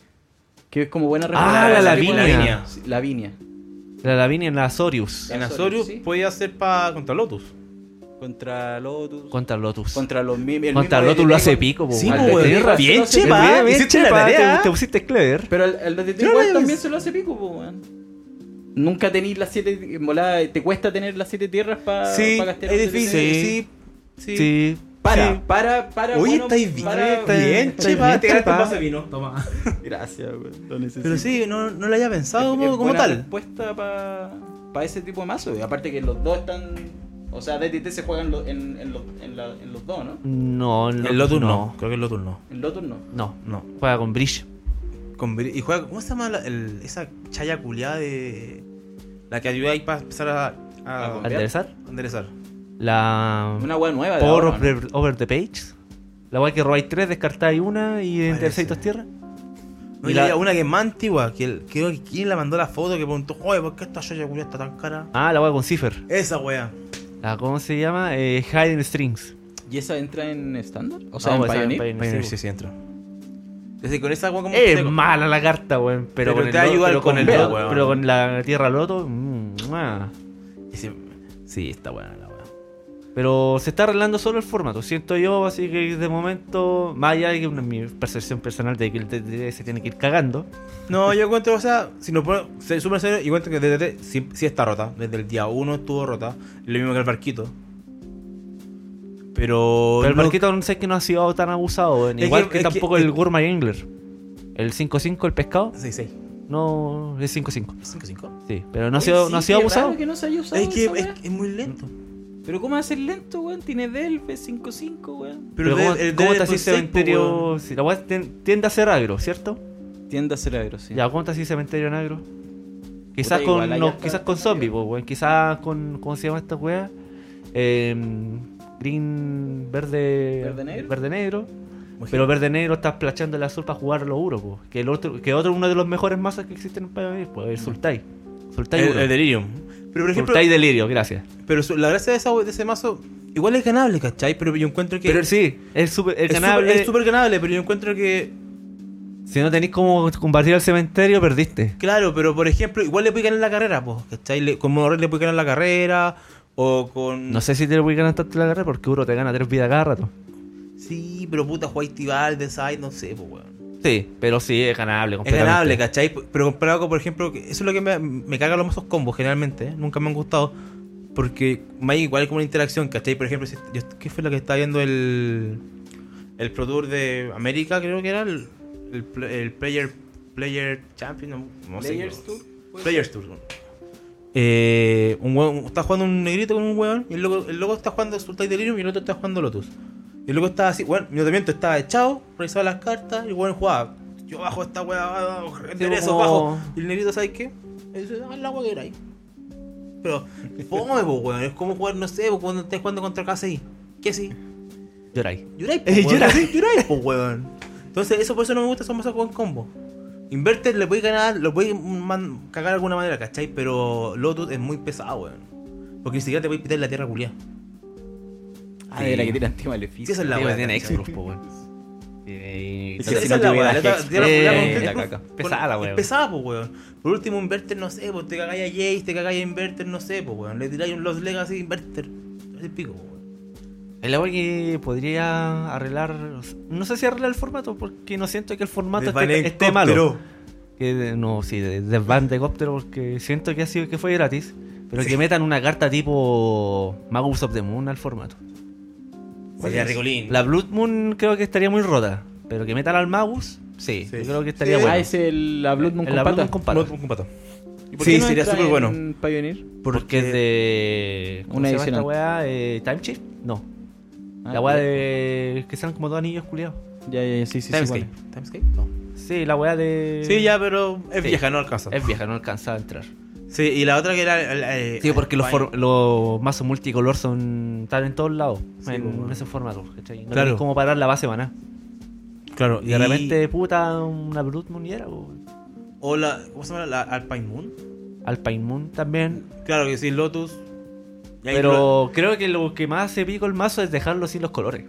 Speaker 1: Que es como buena referencia.
Speaker 3: la
Speaker 1: Sí,
Speaker 3: Lavinia.
Speaker 1: Ah, Lavinia. Sí, Lavinia.
Speaker 3: La Lavinia en la Sorius.
Speaker 1: La
Speaker 2: En
Speaker 1: Azorius,
Speaker 2: Azorius
Speaker 1: sí.
Speaker 2: podía hacer para contra Lotus.
Speaker 1: Contra Lotus.
Speaker 3: Contra Lotus.
Speaker 1: Contra los mim- el
Speaker 3: Contra
Speaker 1: mismo
Speaker 3: Lotus lo hace
Speaker 1: Detective-
Speaker 3: pico, po,
Speaker 2: Sí,
Speaker 1: Al
Speaker 3: weón.
Speaker 2: po, weón.
Speaker 1: Detective Pikachu
Speaker 2: Bien,
Speaker 1: lo hace
Speaker 2: chepa.
Speaker 1: pico.
Speaker 2: va, hiciste la
Speaker 3: pa, te-
Speaker 2: tarea.
Speaker 3: Te pusiste clever.
Speaker 1: Pero al, al
Speaker 2: Yo
Speaker 1: Detective
Speaker 2: no
Speaker 1: Pikachu
Speaker 2: lo
Speaker 1: también
Speaker 2: hice.
Speaker 1: se lo hace pico, po, weón. Nunca tenéis las siete. en volada, te cuesta tener las siete tierras para
Speaker 2: Sí,
Speaker 1: gastar.
Speaker 2: es difícil.
Speaker 3: Sí.
Speaker 2: Sí, sí.
Speaker 3: Sí.
Speaker 1: Para,
Speaker 2: Sí.
Speaker 1: para, para.
Speaker 2: Oye,
Speaker 1: bueno,
Speaker 2: estáis bien.
Speaker 1: para-
Speaker 2: estáis bien, chepa.
Speaker 3: bien,
Speaker 2: Te ganaste
Speaker 3: chepa.
Speaker 2: un vaso de vino. Toma.
Speaker 1: Gracias, weón. Lo necesito.
Speaker 2: Pero sí, no, no lo había pensado
Speaker 1: Es-
Speaker 2: como,
Speaker 1: es
Speaker 2: como
Speaker 1: buena
Speaker 2: tal.
Speaker 1: respuesta para ese tipo de mazo. Y aparte que los dos están. O sea, DTT se juegan lo- en, en los- en la- en los dos, ¿no?
Speaker 3: No, en
Speaker 2: El Lotus no. Creo que el Lotus no.
Speaker 1: En Lotus no.
Speaker 3: No.
Speaker 2: No.
Speaker 3: Juega con Bridge.
Speaker 2: Con Bri- y juega, ¿cómo se llama la- el- esa chaya culiada de. La que ayuda ahí para empezar a, a-
Speaker 1: A
Speaker 3: ¿Al de azar?
Speaker 2: enderezar?
Speaker 3: La.
Speaker 1: Una hueá nueva. de
Speaker 3: Power
Speaker 1: ahora,
Speaker 3: of
Speaker 1: ¿no?
Speaker 3: the- over the page. La guay que robáis tres, descartáis una y entercéis
Speaker 2: Parece.
Speaker 3: dos tierras.
Speaker 2: No,
Speaker 3: Y
Speaker 2: y
Speaker 3: la-
Speaker 2: había una que es más antigua, que el- creo que quien la mandó la foto que preguntó, oye, ¿por qué esta chaya culiada está tan cara?
Speaker 3: Ah, la guay con Cipher.
Speaker 2: Esa wea.
Speaker 3: La, ¿Cómo se llama? Eh, Hidden Strings.
Speaker 1: ¿Y esa entra en estándar? O sea,
Speaker 3: No,
Speaker 1: en
Speaker 3: esa
Speaker 1: Pioneer.
Speaker 2: Pioneer
Speaker 3: sí.
Speaker 2: sí, sí entra. Entonces con esa wea como.
Speaker 3: Es
Speaker 2: seco.
Speaker 3: mala la carta, weón.
Speaker 2: Pero
Speaker 3: Pero, con el
Speaker 2: te va a
Speaker 3: lo-
Speaker 2: ayudar
Speaker 3: pero
Speaker 2: con el
Speaker 3: lo-
Speaker 2: lo, weón.
Speaker 3: Pero con la tierra loto. mm, ah.
Speaker 2: Y sí, sí, está buena la wea.
Speaker 3: Pero se está arreglando solo el formato, siento yo, así que de momento, más allá de que una- mi percepción personal de que el TTT se tiene que ir cagando,
Speaker 2: No, yo encuentro, o sea, si nos ponemos ser súper serio, yo encuentro que DDT sí, sí está rota. Desde el día 1 estuvo rota. Lo mismo que el barquito. Pero.
Speaker 3: pero el
Speaker 2: no-
Speaker 3: marquito no sé que no ha sido tan abusado, weón.
Speaker 2: Es
Speaker 3: igual
Speaker 2: que-
Speaker 3: que,
Speaker 2: es que-
Speaker 3: tampoco
Speaker 2: es-
Speaker 3: el Gourmet Angler. El 5-5, el pescado,
Speaker 2: 6-6.
Speaker 3: no, es 5-5,
Speaker 2: 5-5.
Speaker 3: sí, pero no ha
Speaker 1: Oye,
Speaker 3: sido,
Speaker 1: sí,
Speaker 3: no ha sido
Speaker 1: qué raro
Speaker 3: abusado.
Speaker 1: que no se haya usado
Speaker 2: Es que
Speaker 1: esa
Speaker 2: es,
Speaker 1: hueá.
Speaker 2: es muy lento.
Speaker 1: Pero ¿cómo va a ser lento, weón? Tiene Delphi 5-5, weón.
Speaker 3: Pero, ¿cómo, ¿cómo te haces
Speaker 2: cementerio?
Speaker 3: cementerio? Si la weá tien- tiende a ser agro, ¿cierto?
Speaker 1: Tiende a ser agro, sí.
Speaker 3: Ya, ¿cómo te haces cementerio en agro? Quizás
Speaker 1: Puta,
Speaker 3: con,
Speaker 1: igual,
Speaker 3: no,
Speaker 1: allá está
Speaker 3: quizás con zombies, pues, weón. Quizás con, ¿cómo se llama esta weá? Em, green, verde,
Speaker 1: ¿Verde negro?
Speaker 3: verde negro.
Speaker 2: Muy
Speaker 3: Pero verde negro está plachando el azul para jugar los Uro, pues. Que el otro, que otro uno de los mejores mazos que existen en Pioneer, pues,
Speaker 1: Mm.
Speaker 3: el Sultai. Sultai
Speaker 2: El,
Speaker 3: Uro.
Speaker 2: el delirium. Pero por ejemplo,
Speaker 3: Sultai Delirio, gracias.
Speaker 2: pero su- la gracia de, esa- de ese mazo igual es ganable, ¿cachai? Pero yo encuentro que
Speaker 3: Pero sí, es súper es
Speaker 2: es
Speaker 3: ganable.
Speaker 2: súper- es súper ganable, pero yo encuentro que
Speaker 3: Si no tenéis cómo combatir al cementerio, perdiste.
Speaker 2: Claro, pero por ejemplo, igual le puede ganar la carrera, po, ¿cachai? Le- con Monorred le puede ganar la carrera, o con...
Speaker 1: Mm.
Speaker 3: No sé si te voy a ganar tanto la carrera porque Uro te gana tres vidas cada rato.
Speaker 2: Sí, pero puta, White Tival, The Side, no sé, po, weón.
Speaker 3: Sí, pero sí, es ganable.
Speaker 2: Es
Speaker 3: completamente.
Speaker 2: ganable, ¿cachai? Pero comparado con, por ejemplo, que eso es lo que me, me caga los mazos combos, generalmente, ¿eh? nunca me han gustado, porque hay igual hay como una interacción, ¿cachai? Por ejemplo, si- yo- ¿qué fue lo que estaba viendo el... El Pro Tour de América, creo que era, el, el pl- el Player... Player Champion, no, no sé.
Speaker 1: ¿Players
Speaker 2: weón.
Speaker 1: Tour? puede ser.
Speaker 2: Players Tour. Eh, un hueón- está jugando un negrito con un hueón. Y el loco, el loco está jugando Sultai Delirium y el otro está jugando Lotus. Y el loco estaba así, bueno, mi tratamiento estaba echado, revisaba las cartas y el hueón jugaba. Yo bajo esta hueá, enderezo,
Speaker 3: como-
Speaker 2: bajo. Y el negrito, ¿sabes qué? Y dice, ah, la hueá que era ahí. Pero, fome, po, weón. Es como jugar, no sé, po, cuando estés jugando contra KCI. ¿Qué sí?
Speaker 3: Lloráis.
Speaker 2: Yurai, po,
Speaker 3: Eh,
Speaker 2: weón.
Speaker 3: Yurai.
Speaker 2: Yurai, po, weón. Entonces, eso por eso no me gusta esos mazos con combo. Inverter le puede ganar, lo puede man- cagar de alguna manera, ¿cachai? Pero Lotus es muy pesado, weón. Porque ni siquiera te puede pitar la tierra culiada.
Speaker 1: Ah, de la que tiene antimaleficio.
Speaker 2: Sí, esa es la
Speaker 3: Sí,
Speaker 2: weá,
Speaker 3: tiene
Speaker 2: ¿cachai?
Speaker 3: Hexproof, po, weón. Y-
Speaker 1: Es
Speaker 2: Sí,
Speaker 1: que
Speaker 2: esa
Speaker 1: si no
Speaker 2: es la
Speaker 1: tuviera
Speaker 2: weá, la tierra-
Speaker 1: Hex,
Speaker 2: tierra
Speaker 3: eh,
Speaker 2: culiá
Speaker 3: eh,
Speaker 2: con
Speaker 3: la
Speaker 2: Hexproof,
Speaker 3: caca.
Speaker 2: con-
Speaker 3: Pesada la weá,
Speaker 2: Es pesada, po, weón. Por último, Inverter, no sé, pues te cagáis a Jace, te cagáis a Inverter, no sé, pues weón. Le tiráis un Lost Legacy Inverter. Es pico, po, weón.
Speaker 3: El agua que podría arreglar. No sé si arreglar el formato, porque no siento que el formato esté,
Speaker 2: Desvané
Speaker 3: esté malo.
Speaker 2: cóptero.
Speaker 3: Que, de- no, sí, de- desvan de cóptero, porque siento que ha sido que fue gratis. Pero que metan una carta tipo Magus of the Moon al formato.
Speaker 2: Sería Ricolín.
Speaker 3: La Blood Moon creo que estaría muy rota. Pero que metan al Magus, sí.
Speaker 2: Sí.
Speaker 3: Yo creo que estaría
Speaker 2: Sí.
Speaker 3: bueno.
Speaker 1: Ah, es el, la Blood Moon
Speaker 3: El- la Blood Moon
Speaker 1: con
Speaker 3: con
Speaker 1: pata.
Speaker 3: pata.
Speaker 2: Un- un pato.
Speaker 1: ¿Y por
Speaker 2: Sí,
Speaker 1: qué no
Speaker 2: sería
Speaker 1: entra
Speaker 2: súper bueno.
Speaker 1: en Pioneer?
Speaker 3: Porque es de. ¿Cómo
Speaker 1: Una
Speaker 3: se llama esta
Speaker 1: adicional.
Speaker 3: weá? Eh, ¿Time Chip? No.
Speaker 1: Ah,
Speaker 3: la weá de. que sean como dos anillos culiados.
Speaker 1: Ya, ya, ya, sí, sí. sí,
Speaker 2: Timescape.
Speaker 1: bueno.
Speaker 2: Timescape, no.
Speaker 3: Sí, la weá de.
Speaker 2: Sí, ya, pero es
Speaker 3: Sí.
Speaker 2: vieja, no alcanza.
Speaker 3: Es vieja, no alcanza a entrar.
Speaker 2: Sí, y la otra que era. eh, el- el-
Speaker 3: Sí,
Speaker 2: el-
Speaker 3: porque los,
Speaker 2: el-
Speaker 3: for- los mazos multicolor son. están en todos lados.
Speaker 2: Sí,
Speaker 3: en
Speaker 2: pues, bueno.
Speaker 3: ese formato, ¿cachai? No
Speaker 2: Claro.
Speaker 3: claro. como parar la base maná.
Speaker 2: Claro,
Speaker 3: Y de repente, puta, una Blood Moon y era, po.
Speaker 2: O la. ¿Cómo se llama? La Alpine Moon.
Speaker 3: Alpine Moon también.
Speaker 2: Claro que sí, Lotus. Y ahí
Speaker 3: Pero creo que lo que más hace pico el mazo es dejarlo sin los colores.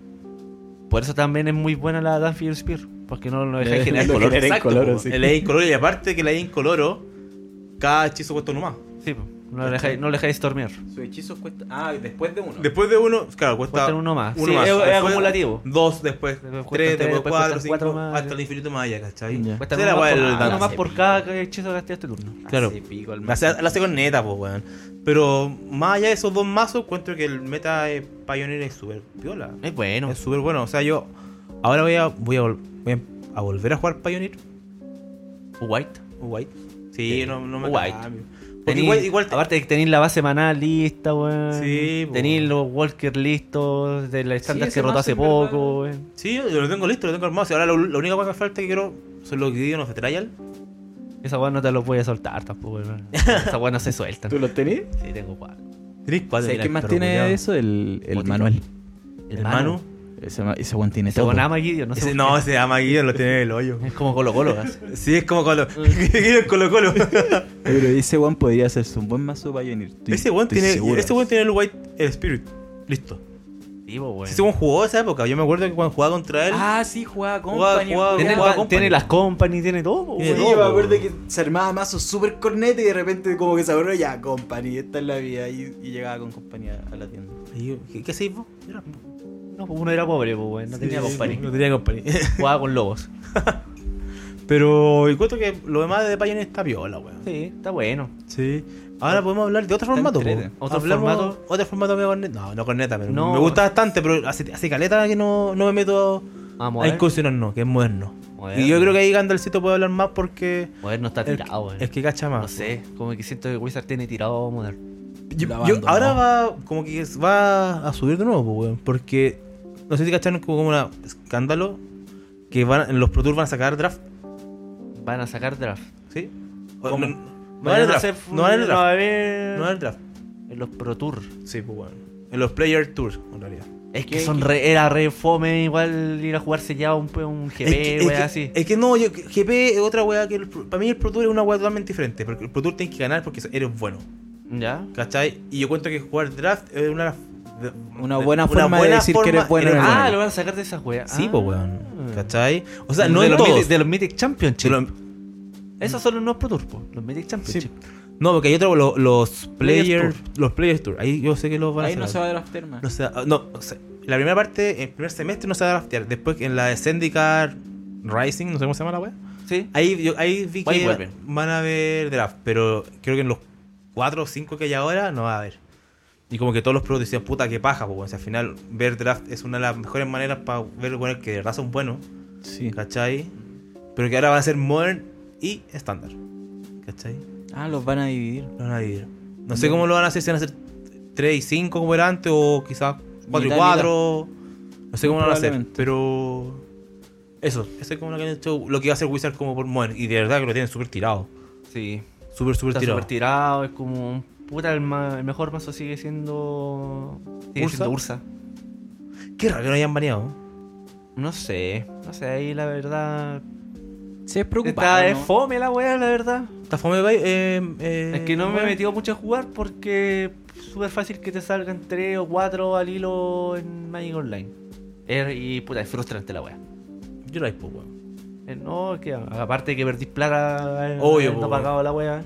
Speaker 3: Por eso también es muy buena la Danfield Spear. Porque no lo dejáis
Speaker 1: Eh,
Speaker 3: generar
Speaker 1: lo
Speaker 3: color.
Speaker 1: generé
Speaker 2: Exacto,
Speaker 1: incoloro,
Speaker 2: po.
Speaker 1: sí.
Speaker 2: El es incoloro y aparte que el es incoloro, cada hechizo cuesta uno más.
Speaker 3: Sí, po. no lo dejáis, no lo dejáis stormear.
Speaker 1: Sus hechizos cuesta. Ah, después de uno.
Speaker 2: Después de uno, claro, cuesta
Speaker 3: Cuesta uno más.
Speaker 2: uno
Speaker 3: Sí,
Speaker 2: más.
Speaker 3: es- es
Speaker 2: Después
Speaker 3: acumulativo.
Speaker 2: Dos después,
Speaker 3: Después cuesta
Speaker 2: tres,
Speaker 3: tres,
Speaker 2: después,
Speaker 3: después
Speaker 2: cuatro,
Speaker 3: cuestan
Speaker 2: cinco,
Speaker 3: cuatro más.
Speaker 2: hasta el infinito más allá, ¿cachai?
Speaker 1: Ya.
Speaker 3: Cuesta
Speaker 2: Esa
Speaker 3: uno
Speaker 2: es la
Speaker 3: más,
Speaker 2: weá
Speaker 3: por,
Speaker 2: del
Speaker 3: uno
Speaker 2: dance.
Speaker 3: más por cada hechizo que gastaste este turno.
Speaker 2: Claro.
Speaker 1: Hace pico el
Speaker 2: La hace,
Speaker 1: mazo.
Speaker 2: la hace con neta, pues, weón. Pero más allá de esos dos mazos, encuentro que el meta de Pioneer es súper piola.
Speaker 3: Es bueno.
Speaker 2: Es súper bueno. O sea, yo ahora voy a, voy a, vol- voy a volver a jugar Pioneer.
Speaker 3: White.
Speaker 2: o White. Sí,
Speaker 3: Sí,
Speaker 2: no, no me
Speaker 3: White.
Speaker 2: cambio. Porque
Speaker 3: Tenís-
Speaker 2: igual, igual te-
Speaker 3: Aparte que tenéis la base maná lista, weón.
Speaker 2: Sí, po.
Speaker 3: Tenéis los Walker listos, de la estándar
Speaker 1: ese
Speaker 3: que rotó
Speaker 1: mazo
Speaker 3: hace
Speaker 1: en verdad-
Speaker 3: poco, weón.
Speaker 2: Sí, yo lo tengo listo, lo tengo armado. Si Ahora lo, la única cosa que me falta que quiero son los guiones de trial.
Speaker 3: Esa weón no te lo puede soltar tampoco, weón. Esa weón no se suelta.
Speaker 1: ¿Tú los tenés?
Speaker 3: Sí, tengo cuatro.
Speaker 2: Tres, cuatro.
Speaker 1: ¿Sabes
Speaker 2: mira,
Speaker 1: quién más
Speaker 2: perro
Speaker 1: tiene
Speaker 2: culiao.
Speaker 1: eso? El, el
Speaker 3: Botica.
Speaker 1: Manuel.
Speaker 2: El Manu.
Speaker 1: Ese, ma- ese weón tiene
Speaker 3: Se
Speaker 1: todo.
Speaker 3: ama Guido, no sé.
Speaker 2: Ese-
Speaker 3: por
Speaker 2: no,
Speaker 3: qué.
Speaker 2: ese llama Guido, lo tiene en el hoyo.
Speaker 3: Es como Colo Colo, ¿eh? weón.
Speaker 2: Sí, es como Colo. Guido es Colo Colo.
Speaker 1: Pero ese weón podría hacerse un buen mazo para venir. Estoy-
Speaker 2: Ese weón
Speaker 1: estoy
Speaker 2: tiene,
Speaker 1: seguro.
Speaker 2: ese weón tiene el White el Spirit. Listo.
Speaker 3: Sí, po, weón.
Speaker 2: Ese weón jugó esa época. Yo me acuerdo que cuando jugaba contra él.
Speaker 1: Ah, sí, jugaba
Speaker 2: Jugaba-
Speaker 1: Company.
Speaker 2: jugaba-
Speaker 3: Tiene,
Speaker 1: weón.
Speaker 3: el
Speaker 2: Jugaba
Speaker 3: ba-
Speaker 2: Company.
Speaker 3: tiene las company, tiene todo. po,
Speaker 2: Tiene
Speaker 1: Sí,
Speaker 3: weón.
Speaker 2: todo.
Speaker 1: yo me acuerdo que se armaba mazos súper corneta y de repente como que se abrió ya Company, esta es la vida y, y llegaba con compañía a la tienda.
Speaker 2: Y yo, ¿Qué, qué hacéis vos? Era-
Speaker 3: No, po, uno era pobre, po, weón. No tenía
Speaker 2: Sí,
Speaker 3: company.
Speaker 2: No tenía company.
Speaker 3: Jugaba con lobos.
Speaker 2: Pero encuentro que lo demás de Pioneer está viola, weón.
Speaker 3: Sí, está bueno.
Speaker 2: Sí. Ahora podemos hablar de otro formato, po.
Speaker 1: entrete.
Speaker 3: Ah. Otro
Speaker 2: Hablamos-
Speaker 3: formato.
Speaker 2: Otro formato que corneta. No, no corneta, pero
Speaker 3: No.
Speaker 2: me gusta bastante, pero hace, hace caleta que no, no me meto
Speaker 3: Vamos
Speaker 2: a
Speaker 3: a ver.
Speaker 2: incursionar, no, que es moderno.
Speaker 3: Moderno.
Speaker 2: Y yo creo que ahí Gandalcito puede hablar más porque
Speaker 3: Modern no está
Speaker 2: el-
Speaker 3: tirado, weón.
Speaker 2: es que cacha más.
Speaker 3: No sé, como que siento que Wizard tiene tirado Modern.
Speaker 2: Yo-
Speaker 1: La
Speaker 2: yo-
Speaker 1: abandonó.
Speaker 2: ahora va como que es- va a subir de nuevo, po, weón, porque no sé si cacharon como como un escándalo que van en los Pro Tour van a sacar draft,
Speaker 3: Van a sacar draft.
Speaker 2: ¿sí? O-
Speaker 3: ¿Cómo?
Speaker 2: No, no van a draft,
Speaker 3: hacer-
Speaker 2: no van a
Speaker 3: no
Speaker 2: draft,
Speaker 3: va a haber-
Speaker 2: no van a draft.
Speaker 3: En los Pro Tour.
Speaker 2: Sí, pues bueno. En los Player Tours, en realidad.
Speaker 3: Es que
Speaker 1: ¿Qué-
Speaker 3: son
Speaker 1: qué?
Speaker 3: re- era re fome igual ir a jugarse ya un, un GP,
Speaker 2: Es que- es
Speaker 3: weón,
Speaker 2: que-
Speaker 3: así.
Speaker 2: Es que no, yo, GP es otra weá que el Pro- para mí el Pro Tour es una weá totalmente diferente, porque el Pro Tour tienes que ganar porque eres bueno,
Speaker 3: ¿Ya?
Speaker 2: ¿cachai? Y yo cuento que jugar draft es una de-
Speaker 1: Una buena forma de decir que eres bueno en el
Speaker 3: Ah,
Speaker 1: bueno.
Speaker 3: lo van a sacar de esa weá.
Speaker 2: Sí,
Speaker 3: Ah.
Speaker 2: pues weón, ¿cachai? O sea,
Speaker 3: De-
Speaker 2: no
Speaker 3: de,
Speaker 2: en
Speaker 3: los
Speaker 2: todos.
Speaker 3: Mythic- de los Mythic Championship.
Speaker 2: de los-
Speaker 3: Esos son los nuevos Pro Tour, po, los Mythic Championship.
Speaker 2: no, porque hay otro, lo- los
Speaker 3: Players
Speaker 2: Players, los Players Tour, ahí yo sé que los van a
Speaker 1: Ahí
Speaker 2: hacer
Speaker 1: no se
Speaker 2: algo.
Speaker 1: va a draftear más.
Speaker 2: No se va- no, o sea, la primera parte, el primer semestre no se va a draftear, después en la de Syndicate Rising, no sé cómo se llama la weá.
Speaker 3: Sí.
Speaker 2: Ahí, yo- ahí vi
Speaker 3: Ahí
Speaker 2: que
Speaker 3: vuelven.
Speaker 2: van a haber draft, pero creo que en los 4 o 5 que hay ahora no va a haber. Y como que todos los pros decían, puta, qué paja, pues, o sea, al final ver draft es una de las mejores maneras para ver bueno, que de verdad son buenos,
Speaker 1: Sí.
Speaker 2: ¿cachai? Pero que ahora va a ser modern y estándar, ¿cachai?
Speaker 1: Ah, los van a dividir.
Speaker 2: Lo van a dividir. No sé cómo lo van a hacer, si van a hacer 3 y 5 como era antes, o quizás 4 y
Speaker 1: Mitad,
Speaker 2: 4. No sé cómo lo van a hacer,
Speaker 1: Probablemente.
Speaker 2: pero. Eso, eso es como lo que han hecho, lo que iba a hacer Wizard como por modern. Y de verdad que lo tienen súper tirado.
Speaker 3: Sí.
Speaker 2: Súper, súper
Speaker 3: Está
Speaker 2: tirado.
Speaker 3: súper tirado, es como un puta, el, ma- el mejor mazo sigue siendo. Sigue
Speaker 2: ¿Ursa?
Speaker 3: siendo Ursa.
Speaker 2: Qué raro que no hayan baneado.
Speaker 3: No sé, no sé, ahí la verdad.
Speaker 1: Se es
Speaker 3: Está
Speaker 1: preocupado.
Speaker 3: es fome la weá, la verdad.
Speaker 2: Está fome, eh, eh,
Speaker 3: es que no me he
Speaker 2: bueno.
Speaker 3: metido mucho a jugar porque es súper fácil que te salgan 3 o 4 al hilo en Magic Online. Es- y puta, es frustrante la weá.
Speaker 2: Yo la dispo, weón.
Speaker 3: Eh, No, es que a- aparte de que perdís plata, eh,
Speaker 2: Obvio,
Speaker 3: habiendo
Speaker 2: po,
Speaker 3: pagado la weá.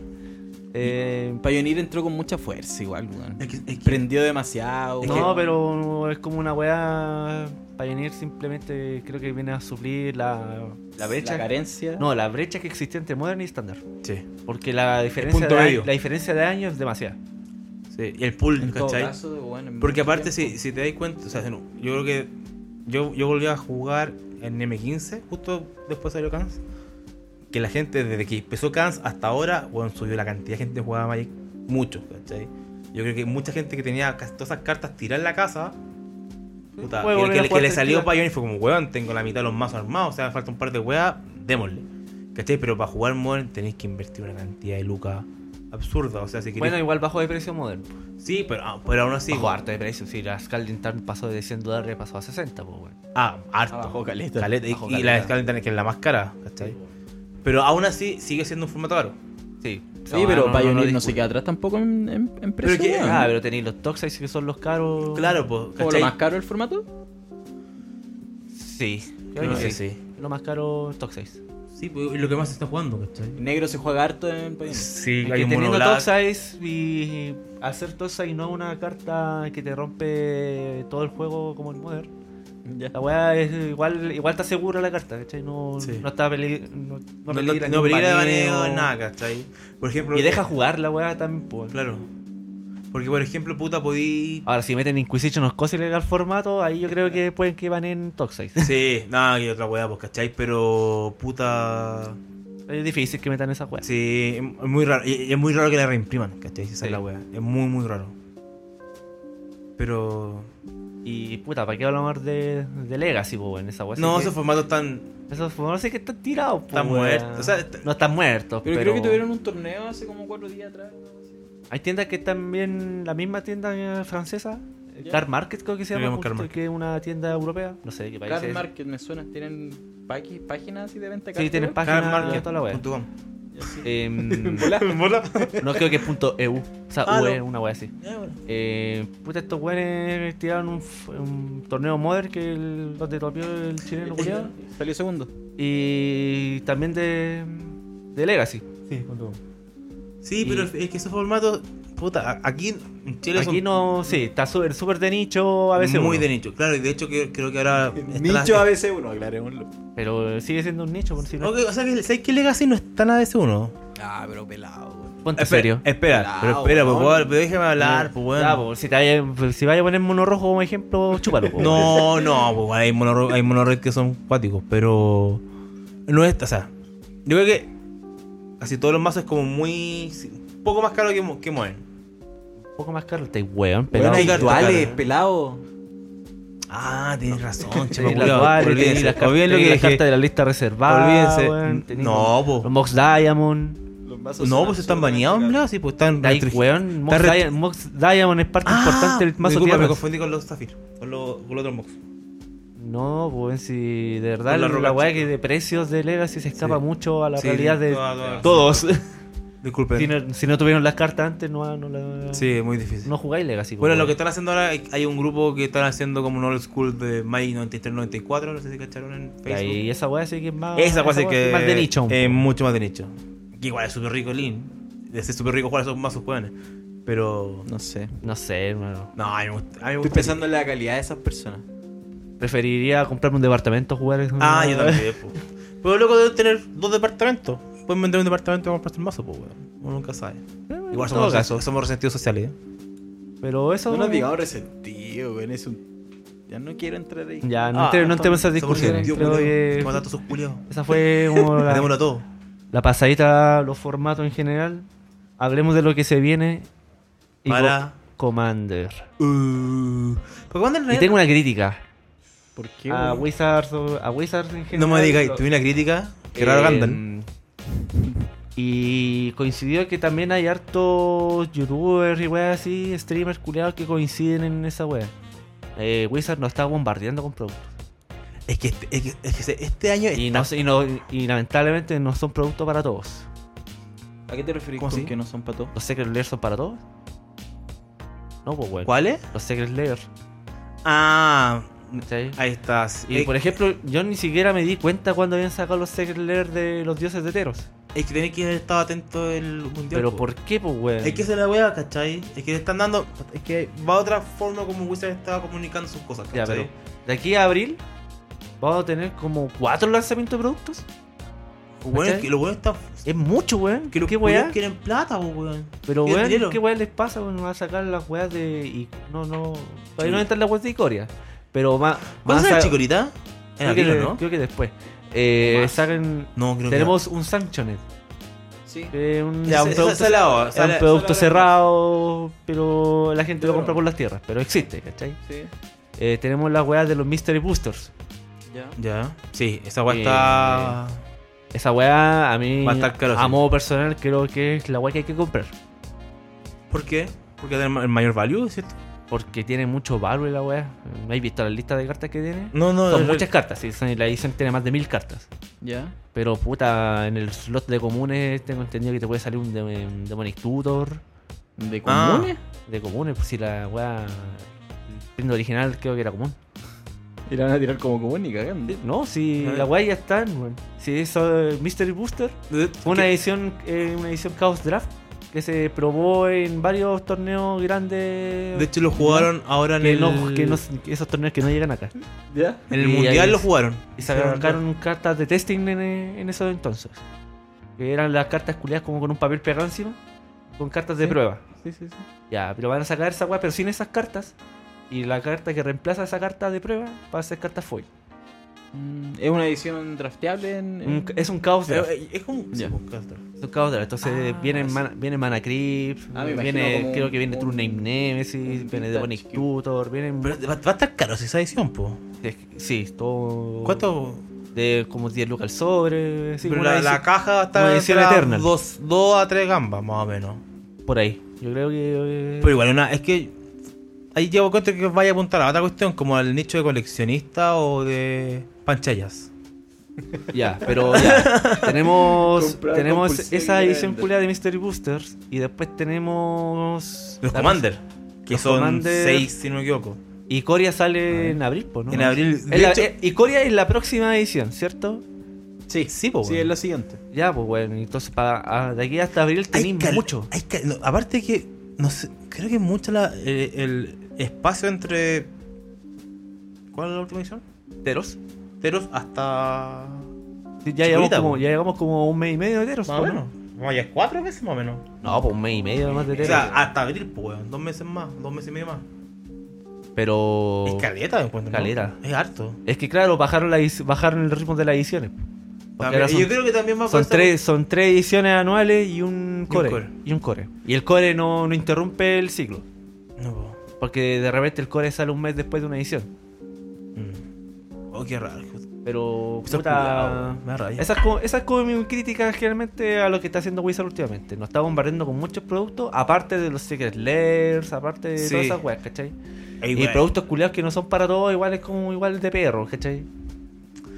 Speaker 3: Eh,
Speaker 1: Pioneer entró con mucha fuerza igual, weón.
Speaker 2: Es que- es que-
Speaker 1: Prendió demasiado.
Speaker 3: no,
Speaker 1: weón.
Speaker 3: pero es como una weá. Pioneer simplemente creo que viene a suplir la, la brecha.
Speaker 1: La carencia.
Speaker 3: no, la brecha que existe entre Modern y Standard.
Speaker 2: Sí.
Speaker 3: Porque la diferencia,
Speaker 2: punto
Speaker 3: de,
Speaker 2: medio.
Speaker 3: a- la diferencia de años es demasiada.
Speaker 2: sí. Y el pool,
Speaker 1: en todo
Speaker 2: ¿cachai?
Speaker 1: caso, weón, en
Speaker 2: Porque
Speaker 1: mucho
Speaker 2: aparte, si,
Speaker 1: tiempo.
Speaker 2: si te das cuenta, o sea, no, yo creo que yo, yo volví a jugar en M15, justo después salió Kans. Que la gente, desde que empezó Kans hasta ahora, bueno, subió la cantidad de gente que jugaba Magic mucho, ¿cachai? Yo creo que mucha gente que tenía casi todas esas cartas tiradas en la casa, puta,
Speaker 3: Puede
Speaker 2: que-
Speaker 3: volver
Speaker 2: que,
Speaker 3: a
Speaker 2: le- que
Speaker 3: jugar
Speaker 2: le salió
Speaker 3: tranquila.
Speaker 2: para y fue como, weón, tengo la mitad de los mazos armados, o sea, me falta un par de weas, démosle. ¿Cachai? Pero para jugar Modern tenéis que invertir una cantidad de lucas absurda, o sea, si queréis.
Speaker 3: Bueno, igual bajo de precio Modern.
Speaker 2: sí, pero, ah, pero aún así.
Speaker 3: bajo harto de precio. Si la Scalding Tarn pasó de 100 dólares, pasó a 60, pues bueno.
Speaker 2: Ah, harto.
Speaker 1: Ah, bajó caleta.
Speaker 2: Caleta, y,
Speaker 3: Bajo
Speaker 2: y la
Speaker 3: caleta.
Speaker 2: escala internet que es la más cara, ¿cachai? Pero aún así sigue siendo un formato caro.
Speaker 3: Sí,
Speaker 1: Sí,
Speaker 3: Esa weá
Speaker 1: pero Pioneer no,
Speaker 3: discute.
Speaker 1: se queda atrás tampoco en, en, en precio,
Speaker 2: que-
Speaker 1: weón.
Speaker 3: Ah, pero tenéis los Toxics que son los caros.
Speaker 2: Claro, pues,
Speaker 1: ¿Como lo más
Speaker 2: ¿cachai?
Speaker 1: caro el formato?
Speaker 3: Sí,
Speaker 2: Yo creo que sí.
Speaker 3: Lo más caro, Toxics.
Speaker 5: Sí, pues, lo que más se está jugando, ¿cachai?
Speaker 1: Negro se juega harto en Pioneer.
Speaker 2: Sí, hay
Speaker 3: Es que
Speaker 2: un
Speaker 3: teniendo
Speaker 2: monoblack.
Speaker 3: Toxics y hacer Toxic no una carta que te rompe todo el juego como el Modern.
Speaker 1: Ya.
Speaker 3: La weá es igual, igual te asegura la carta, ¿cachai? No,
Speaker 2: Sí.
Speaker 3: no está peli-
Speaker 2: No,
Speaker 3: no, no
Speaker 2: no,
Speaker 3: peligra
Speaker 2: no
Speaker 3: ni un
Speaker 2: peligra de
Speaker 3: baneo.
Speaker 2: baneo, nada, ¿cachai? Por ejemplo... eh,
Speaker 3: Y deja jugar la weá también, pues.
Speaker 2: Claro. Porque, por ejemplo, puta, podí...
Speaker 3: Ahora, si meten Inquisition o cosas al formato, ahí yo creo que pueden que baneen Toxic.
Speaker 2: Sí, nada, que otra weá, pues, ¿cachai? Pero, puta...
Speaker 3: Es difícil que metan esa weá.
Speaker 2: Sí, es muy raro. Y- y es muy raro que la reimpriman, ¿cachai? Esa es
Speaker 3: Sí.
Speaker 2: la weá. Es muy, muy raro. Pero...
Speaker 3: Y puta, ¿para qué hablamos de, de Legacy, po, en esa weá?
Speaker 2: no,
Speaker 3: Así
Speaker 2: esos
Speaker 3: Pues que-
Speaker 2: formatos tan...
Speaker 3: esos fue. No sé que están tirados, po,
Speaker 2: Están
Speaker 3: weá.
Speaker 2: muertos, o sea, est-
Speaker 3: no están muertos, pero.
Speaker 1: Pero, creo que tuvieron un torneo hace como cuatro días atrás. ¿no? Así.
Speaker 3: Hay tiendas que están bien. La misma tienda eh, francesa. eh,
Speaker 1: Ya.
Speaker 3: Car Market, creo que se
Speaker 2: Creo que
Speaker 3: llama.
Speaker 2: llama Car
Speaker 3: justo,
Speaker 2: Market.
Speaker 3: Que es una tienda europea. No sé de qué país
Speaker 1: Card
Speaker 3: es.
Speaker 1: Market me suena, tienen paqui- páginas así de venta de
Speaker 3: Sí,
Speaker 1: cartas,
Speaker 3: tienen
Speaker 1: weón?
Speaker 3: página
Speaker 2: Carmarket
Speaker 3: toda la weá.
Speaker 2: punto com.
Speaker 1: Ya, sí.
Speaker 3: Em,
Speaker 2: Mola.
Speaker 3: no creo que es punto .eu. O sea,
Speaker 2: Ah,
Speaker 3: UE,
Speaker 2: no.
Speaker 3: una weá así. Eh, puta, estos güeyes tiraron un, f- un torneo modern que el, donde topió el chileno culiado.
Speaker 1: Salió segundo.
Speaker 3: Y también de, de Legacy.
Speaker 5: Sí, punto com.
Speaker 2: Sí,
Speaker 3: Y-
Speaker 2: pero es que esos formatos, puta, a- aquí en Chile
Speaker 3: Aquí
Speaker 2: son
Speaker 3: no, sí, está súper súper de nicho a veces.
Speaker 2: muy
Speaker 3: uno,
Speaker 2: de nicho. Claro, y de hecho que- creo que ahora...
Speaker 1: Nicho ABC1, aclarémoslo.
Speaker 3: Pero sigue siendo un nicho, por si no.
Speaker 2: Ok, o sea, que, ¿sabes que Legacy no está en ABC1?
Speaker 1: Ah, pero pelado, weón.
Speaker 3: Ponte
Speaker 2: Espera,
Speaker 3: serio.
Speaker 2: Espera,
Speaker 1: Ah,
Speaker 2: pero espera, pues,
Speaker 1: weón.
Speaker 2: weón, pero déjame hablar, eh, pues weón.
Speaker 3: Ya, pues, si, te vaya, si vaya a poner mono rojo como ejemplo, chúpalo. pues.
Speaker 2: No, no, pues weón, hay monorred hay monorred que son cuáticos, pero no es, o sea, yo creo que casi todos los mazos es como muy sí, un poco más caro que mo- que Modern.
Speaker 3: Un poco más caro, te weón,
Speaker 1: Pero
Speaker 3: pero.
Speaker 2: Weón,
Speaker 1: hay
Speaker 2: carta,
Speaker 1: duales,
Speaker 2: cara.
Speaker 1: pelado.
Speaker 2: Ah, tienes razón,
Speaker 3: Tenés
Speaker 2: chaval.
Speaker 3: las duales, tenés las cartas-
Speaker 2: Olvídense lo
Speaker 3: tenés
Speaker 2: que
Speaker 3: las cartas
Speaker 2: dije.
Speaker 3: de la lista
Speaker 2: Ah,
Speaker 3: reservada.
Speaker 2: Olvídense.
Speaker 3: weón, tenés
Speaker 2: No,
Speaker 3: los-
Speaker 2: po.
Speaker 3: Los Mox Diamond.
Speaker 2: No, pues están baneados, ¿verdad? Sí, pues están
Speaker 3: Ay,
Speaker 2: restringidos.
Speaker 3: weón, Mox,
Speaker 2: Está re-
Speaker 3: Dia- Mox Diamond es parte
Speaker 2: Ah,
Speaker 3: importante del mazo
Speaker 2: disculpa, me
Speaker 3: tierras.
Speaker 2: confundí con los Zafir, con los con los otros Mox.
Speaker 3: No, weón, si de verdad
Speaker 2: Con la
Speaker 3: la,
Speaker 2: roca
Speaker 3: weá
Speaker 2: chica.
Speaker 3: que de precios de Legacy se escapa
Speaker 2: Sí.
Speaker 3: mucho a la
Speaker 2: Sí,
Speaker 3: realidad de
Speaker 2: toda- toda-
Speaker 3: todos.
Speaker 2: Disculpen.
Speaker 3: si, no, si no tuvieron las cartas antes, no, no, la-
Speaker 2: Sí, muy difícil.
Speaker 3: no jugáis Legacy. pues,
Speaker 2: Bueno,
Speaker 3: weón.
Speaker 2: lo que están haciendo ahora, hay- hay un grupo que están haciendo como un old school de Magic 93-94, no sé si cacharon en
Speaker 3: Y ahí
Speaker 2: Facebook.
Speaker 3: esa weá sí que es más.
Speaker 2: Esa cosa que
Speaker 3: es más de nicho. un
Speaker 2: Es eh,
Speaker 3: poco.
Speaker 2: mucho más de nicho. Que igual es súper rico el Lin. Es súper rico jugar esos mazos jóvenes. Pero...
Speaker 1: No sé.
Speaker 3: No sé, hermano.
Speaker 2: No, a mí me gusta. a mí me
Speaker 1: Estoy
Speaker 2: gusta-
Speaker 1: pensando en la calidad de esas personas.
Speaker 3: Preferiría comprarme un departamento jugar. eso.
Speaker 2: Ah, yo también. po. Pero luego deben tener dos departamentos. Pueden vender un departamento y comprarse el mazo, pues, weón. Uno nunca sabe.
Speaker 3: Eh,
Speaker 2: Igual
Speaker 3: en todo
Speaker 2: somos,
Speaker 3: caso.
Speaker 2: somos resentidos sociales. ¿eh?
Speaker 3: Pero eso.
Speaker 1: No nos digamos resentido, weón. Es un. Ya no quiero entrar ahí.
Speaker 3: Ya, no
Speaker 2: Ah,
Speaker 3: entremos no entremos en esas
Speaker 2: somos
Speaker 3: discusiones.
Speaker 2: resentidos,
Speaker 3: Creo
Speaker 2: culiao.
Speaker 3: que- Ah.
Speaker 2: Como tanto sus culiados.
Speaker 3: Esa fue como la-
Speaker 2: Matémoslo a todos.
Speaker 3: la pasadita, los formatos en general. Hablemos de lo que se viene. y
Speaker 2: Para...
Speaker 3: co- Commander.
Speaker 2: Uh, ¿Pero cuándo en
Speaker 3: Y
Speaker 2: realidad-
Speaker 3: tengo una crítica
Speaker 1: ¿Por qué,
Speaker 3: a
Speaker 1: weón?
Speaker 3: Wizards, o- a Wizards en general.
Speaker 2: No me digáis,
Speaker 3: lo-
Speaker 2: tuve una crítica. Que raro
Speaker 3: eh,
Speaker 2: Gandalf.
Speaker 3: Y coincidió que también hay hartos youtubers y weas así, streamers culeados que coinciden en esa wea. Eh, Wizard nos está bombardeando con productos.
Speaker 2: Es que este, es que, es que se- este año
Speaker 3: Y,
Speaker 2: está-
Speaker 3: no, sé- y, no- y lamentablemente no son productos para todos.
Speaker 1: ¿A qué te referís
Speaker 2: ¿Cómo
Speaker 1: con
Speaker 2: así?
Speaker 1: que no son para todos?
Speaker 3: ¿Los Secret Layers son para todos? No, pues bueno.
Speaker 2: ¿Cuál es?
Speaker 3: Los Secret Layers.
Speaker 2: Ah,
Speaker 3: ¿cachai?
Speaker 2: ahí estás.
Speaker 3: Y
Speaker 2: es,
Speaker 3: por ejemplo, yo ni siquiera me di cuenta cuando habían sacado los Secret Layers de los dioses de Teros.
Speaker 2: es que tenés que haber estado atento el mundial.
Speaker 3: Pero
Speaker 2: po.
Speaker 3: ¿por qué, pues, weón?
Speaker 2: Es que se la wea, ¿cachai? Es que le están dando. Es que va otra forma como Wizard estaba comunicando sus cosas,
Speaker 3: Ya,
Speaker 2: ¿cachai?
Speaker 3: pero de aquí a abril vamos a tener como cuatro lanzamientos de productos.
Speaker 2: Bueno, es
Speaker 3: ¿cachai?
Speaker 2: que los weones están.
Speaker 3: Es mucho, weón.
Speaker 2: Que los
Speaker 3: ¿Qué
Speaker 2: culiados
Speaker 3: weá?
Speaker 2: quieren plata, po, weón.
Speaker 3: Pero
Speaker 2: quieren
Speaker 3: weón,
Speaker 2: dinero.
Speaker 3: ¿qué weá les pasa? Bueno, van a sacar las weas de. y- no, no. Todavía no entra en la web de Icoria. Pero va- van
Speaker 2: ¿Vas a
Speaker 3: sa-
Speaker 2: la chicorita? En
Speaker 3: creo, que,
Speaker 2: abril, ¿no?
Speaker 3: creo que después. Eh,
Speaker 2: Más.
Speaker 3: sacan-
Speaker 2: No, creo
Speaker 3: tenemos un Sanctioned.
Speaker 1: Sí.
Speaker 3: que es un,
Speaker 2: que.
Speaker 3: ya, un producto,
Speaker 2: Esa es la otra,
Speaker 3: es
Speaker 2: esa es
Speaker 3: un
Speaker 2: la-
Speaker 3: producto
Speaker 2: esa es la-
Speaker 3: cerrado, pero la gente lo
Speaker 1: Claro.
Speaker 3: compra con las tierras. Pero existe, ¿cachai?
Speaker 1: Sí.
Speaker 3: Eh, tenemos las weas de los Mystery Boosters.
Speaker 1: Ya.
Speaker 2: Ya. Sí, esa wea
Speaker 3: Eh,
Speaker 2: está.
Speaker 3: Esa weá a mí,
Speaker 2: Va a estar caro,
Speaker 3: a
Speaker 2: sí.
Speaker 3: modo personal, creo que es la weá que hay que comprar.
Speaker 2: ¿Por qué? Porque tiene el mayor value, ¿cierto?
Speaker 3: Porque tiene mucho valor la weá. ¿No has visto la lista de cartas que tiene?
Speaker 2: No, no,
Speaker 3: Son
Speaker 2: el-
Speaker 3: muchas cartas. sí, son- la edición tiene más de mil cartas.
Speaker 1: ¿Ya?
Speaker 3: Pero puta, en el slot de comunes tengo entendido que te puede salir un Dem- Demonic Tutor.
Speaker 1: ¿De
Speaker 2: Ah.
Speaker 1: comunes?
Speaker 3: De comunes, pues si la weá. El print original creo que era común.
Speaker 1: Y la van a tirar como común y cagando.
Speaker 3: No, si
Speaker 2: Ah.
Speaker 3: la weá ya está, weón. Si eso es uh, Mystery Booster, fue una
Speaker 2: ¿Qué?
Speaker 3: edición, eh, una edición Chaos Draft que se probó en varios torneos grandes.
Speaker 2: De hecho, lo jugaron ahora en
Speaker 3: que,
Speaker 2: el.
Speaker 3: no, que no- que esos torneos que no llegan acá.
Speaker 1: ¿Ya?
Speaker 2: En el
Speaker 3: Y
Speaker 2: mundial
Speaker 3: ahí
Speaker 2: lo
Speaker 3: es-
Speaker 2: jugaron.
Speaker 3: Y sacaron cartas de testing en, eh, en esos entonces. Que eran las cartas culiadas como con un papel pegado encima, con cartas de
Speaker 1: Sí.
Speaker 3: prueba.
Speaker 1: Sí, sí, sí.
Speaker 3: Ya, pero van a sacar esa weá, pero sin esas cartas. Y la carta que reemplaza esa carta de prueba va a ser carta foil.
Speaker 1: Mm, ¿Es una edición drafteable en...?
Speaker 3: Un-
Speaker 1: en-
Speaker 3: es un caos
Speaker 2: Pero,
Speaker 3: draft.
Speaker 2: eh, es como.
Speaker 1: Ya.
Speaker 2: sí, pues, Castro.
Speaker 3: Es un caos draft. Entonces
Speaker 1: Ah,
Speaker 3: viene,
Speaker 1: sí.
Speaker 3: mana, viene Mana Crypt,
Speaker 1: Ah, me imagino
Speaker 3: viene,
Speaker 1: como
Speaker 3: creo que
Speaker 1: un-
Speaker 3: viene True
Speaker 1: un-
Speaker 3: Name
Speaker 1: un
Speaker 3: Nemesis, viene
Speaker 1: vintage,
Speaker 3: Demonic
Speaker 1: que-
Speaker 3: Tutor, vienen
Speaker 2: Pero va, va a estar caro esa edición, po.
Speaker 3: Sí, todo.
Speaker 2: ¿Cuánto?
Speaker 3: De como 10 lucas al sobre. sí,
Speaker 2: Pero
Speaker 3: una
Speaker 2: la, la
Speaker 3: edición-
Speaker 2: caja va a estar
Speaker 3: una edición
Speaker 2: entre las
Speaker 3: Eternal. Mm.
Speaker 2: Dos, dos a tres gambas, más o menos.
Speaker 3: Por ahí. Yo creo que. eh,
Speaker 2: Pero igual, una, es que. Ahí llevo cuenta que vaya a apuntar a otra cuestión, como al nicho de coleccionista o de panchayas.
Speaker 3: Ya, pero ya. tenemos
Speaker 1: Comprar
Speaker 3: tenemos
Speaker 1: compulsivo
Speaker 3: esa
Speaker 1: y
Speaker 3: edición
Speaker 1: vender.
Speaker 3: culia de Mystery Boosters. Y después tenemos.
Speaker 2: Los
Speaker 3: la-
Speaker 2: Commander, que
Speaker 3: los
Speaker 2: son
Speaker 3: Commander-
Speaker 2: seis, si no me equivoco.
Speaker 3: Y Coria sale en abril, pues, ¿no?
Speaker 2: En abril.
Speaker 3: Es
Speaker 2: De
Speaker 3: la-
Speaker 2: hecho-
Speaker 3: eh, y Coria es la próxima edición, ¿cierto?
Speaker 1: Sí,
Speaker 2: Sí, po,
Speaker 1: sí,
Speaker 2: weón.
Speaker 1: es la siguiente.
Speaker 3: Ya, pues bueno, entonces para, a- de aquí hasta abril
Speaker 2: Hay
Speaker 3: tenéis
Speaker 2: cal-
Speaker 3: mucho.
Speaker 2: hay cal- no, aparte que, no sé, creo que es mucho la- eh, el, espacio entre... ¿Cuál es la última edición?
Speaker 3: Teros.
Speaker 2: Teros hasta...
Speaker 3: Sí, Ya llegamos,
Speaker 2: Chiquitita,
Speaker 3: como,
Speaker 2: pues.
Speaker 3: ya llegamos como un mes y medio de Teros.
Speaker 2: Más o menos. Vaya, cuatro veces más o menos.
Speaker 3: No, pues un mes y medio más de
Speaker 2: O
Speaker 3: Teros.
Speaker 2: sea, hasta abril, pues, weón. Dos meses más, dos meses y medio más.
Speaker 3: pero.
Speaker 2: Es caleta, me encuentro. ¿no?
Speaker 3: Oh. Caleta.
Speaker 2: Es harto.
Speaker 3: Es que claro, bajaron, la, edic- bajaron el ritmo de las ediciones. Porque
Speaker 2: También-
Speaker 3: ahora
Speaker 2: y
Speaker 3: son-
Speaker 2: yo creo que también va a
Speaker 3: Son
Speaker 2: pasar-
Speaker 3: tres, son tres ediciones anuales y un core. Y un
Speaker 2: core.
Speaker 3: core. Y, el core no, no interrumpe el ciclo.
Speaker 2: No, po.
Speaker 3: Porque de repente el core sale un mes después de una edición.
Speaker 2: Mm. Oh, qué raro.
Speaker 3: Pero.
Speaker 2: Eso es
Speaker 3: puta,
Speaker 2: culiao, me da rabia.
Speaker 3: esa es como- esa es como mi crítica generalmente a lo que está haciendo Wizard últimamente. Nos está bombardeando con muchos productos, aparte de los Secret Layers, aparte de
Speaker 2: Sí.
Speaker 3: todas esas weas, ¿cachai?
Speaker 2: Ey,
Speaker 3: y
Speaker 2: weón.
Speaker 3: productos culiados que no son para todos, igual es como igual de perro, ¿cachai?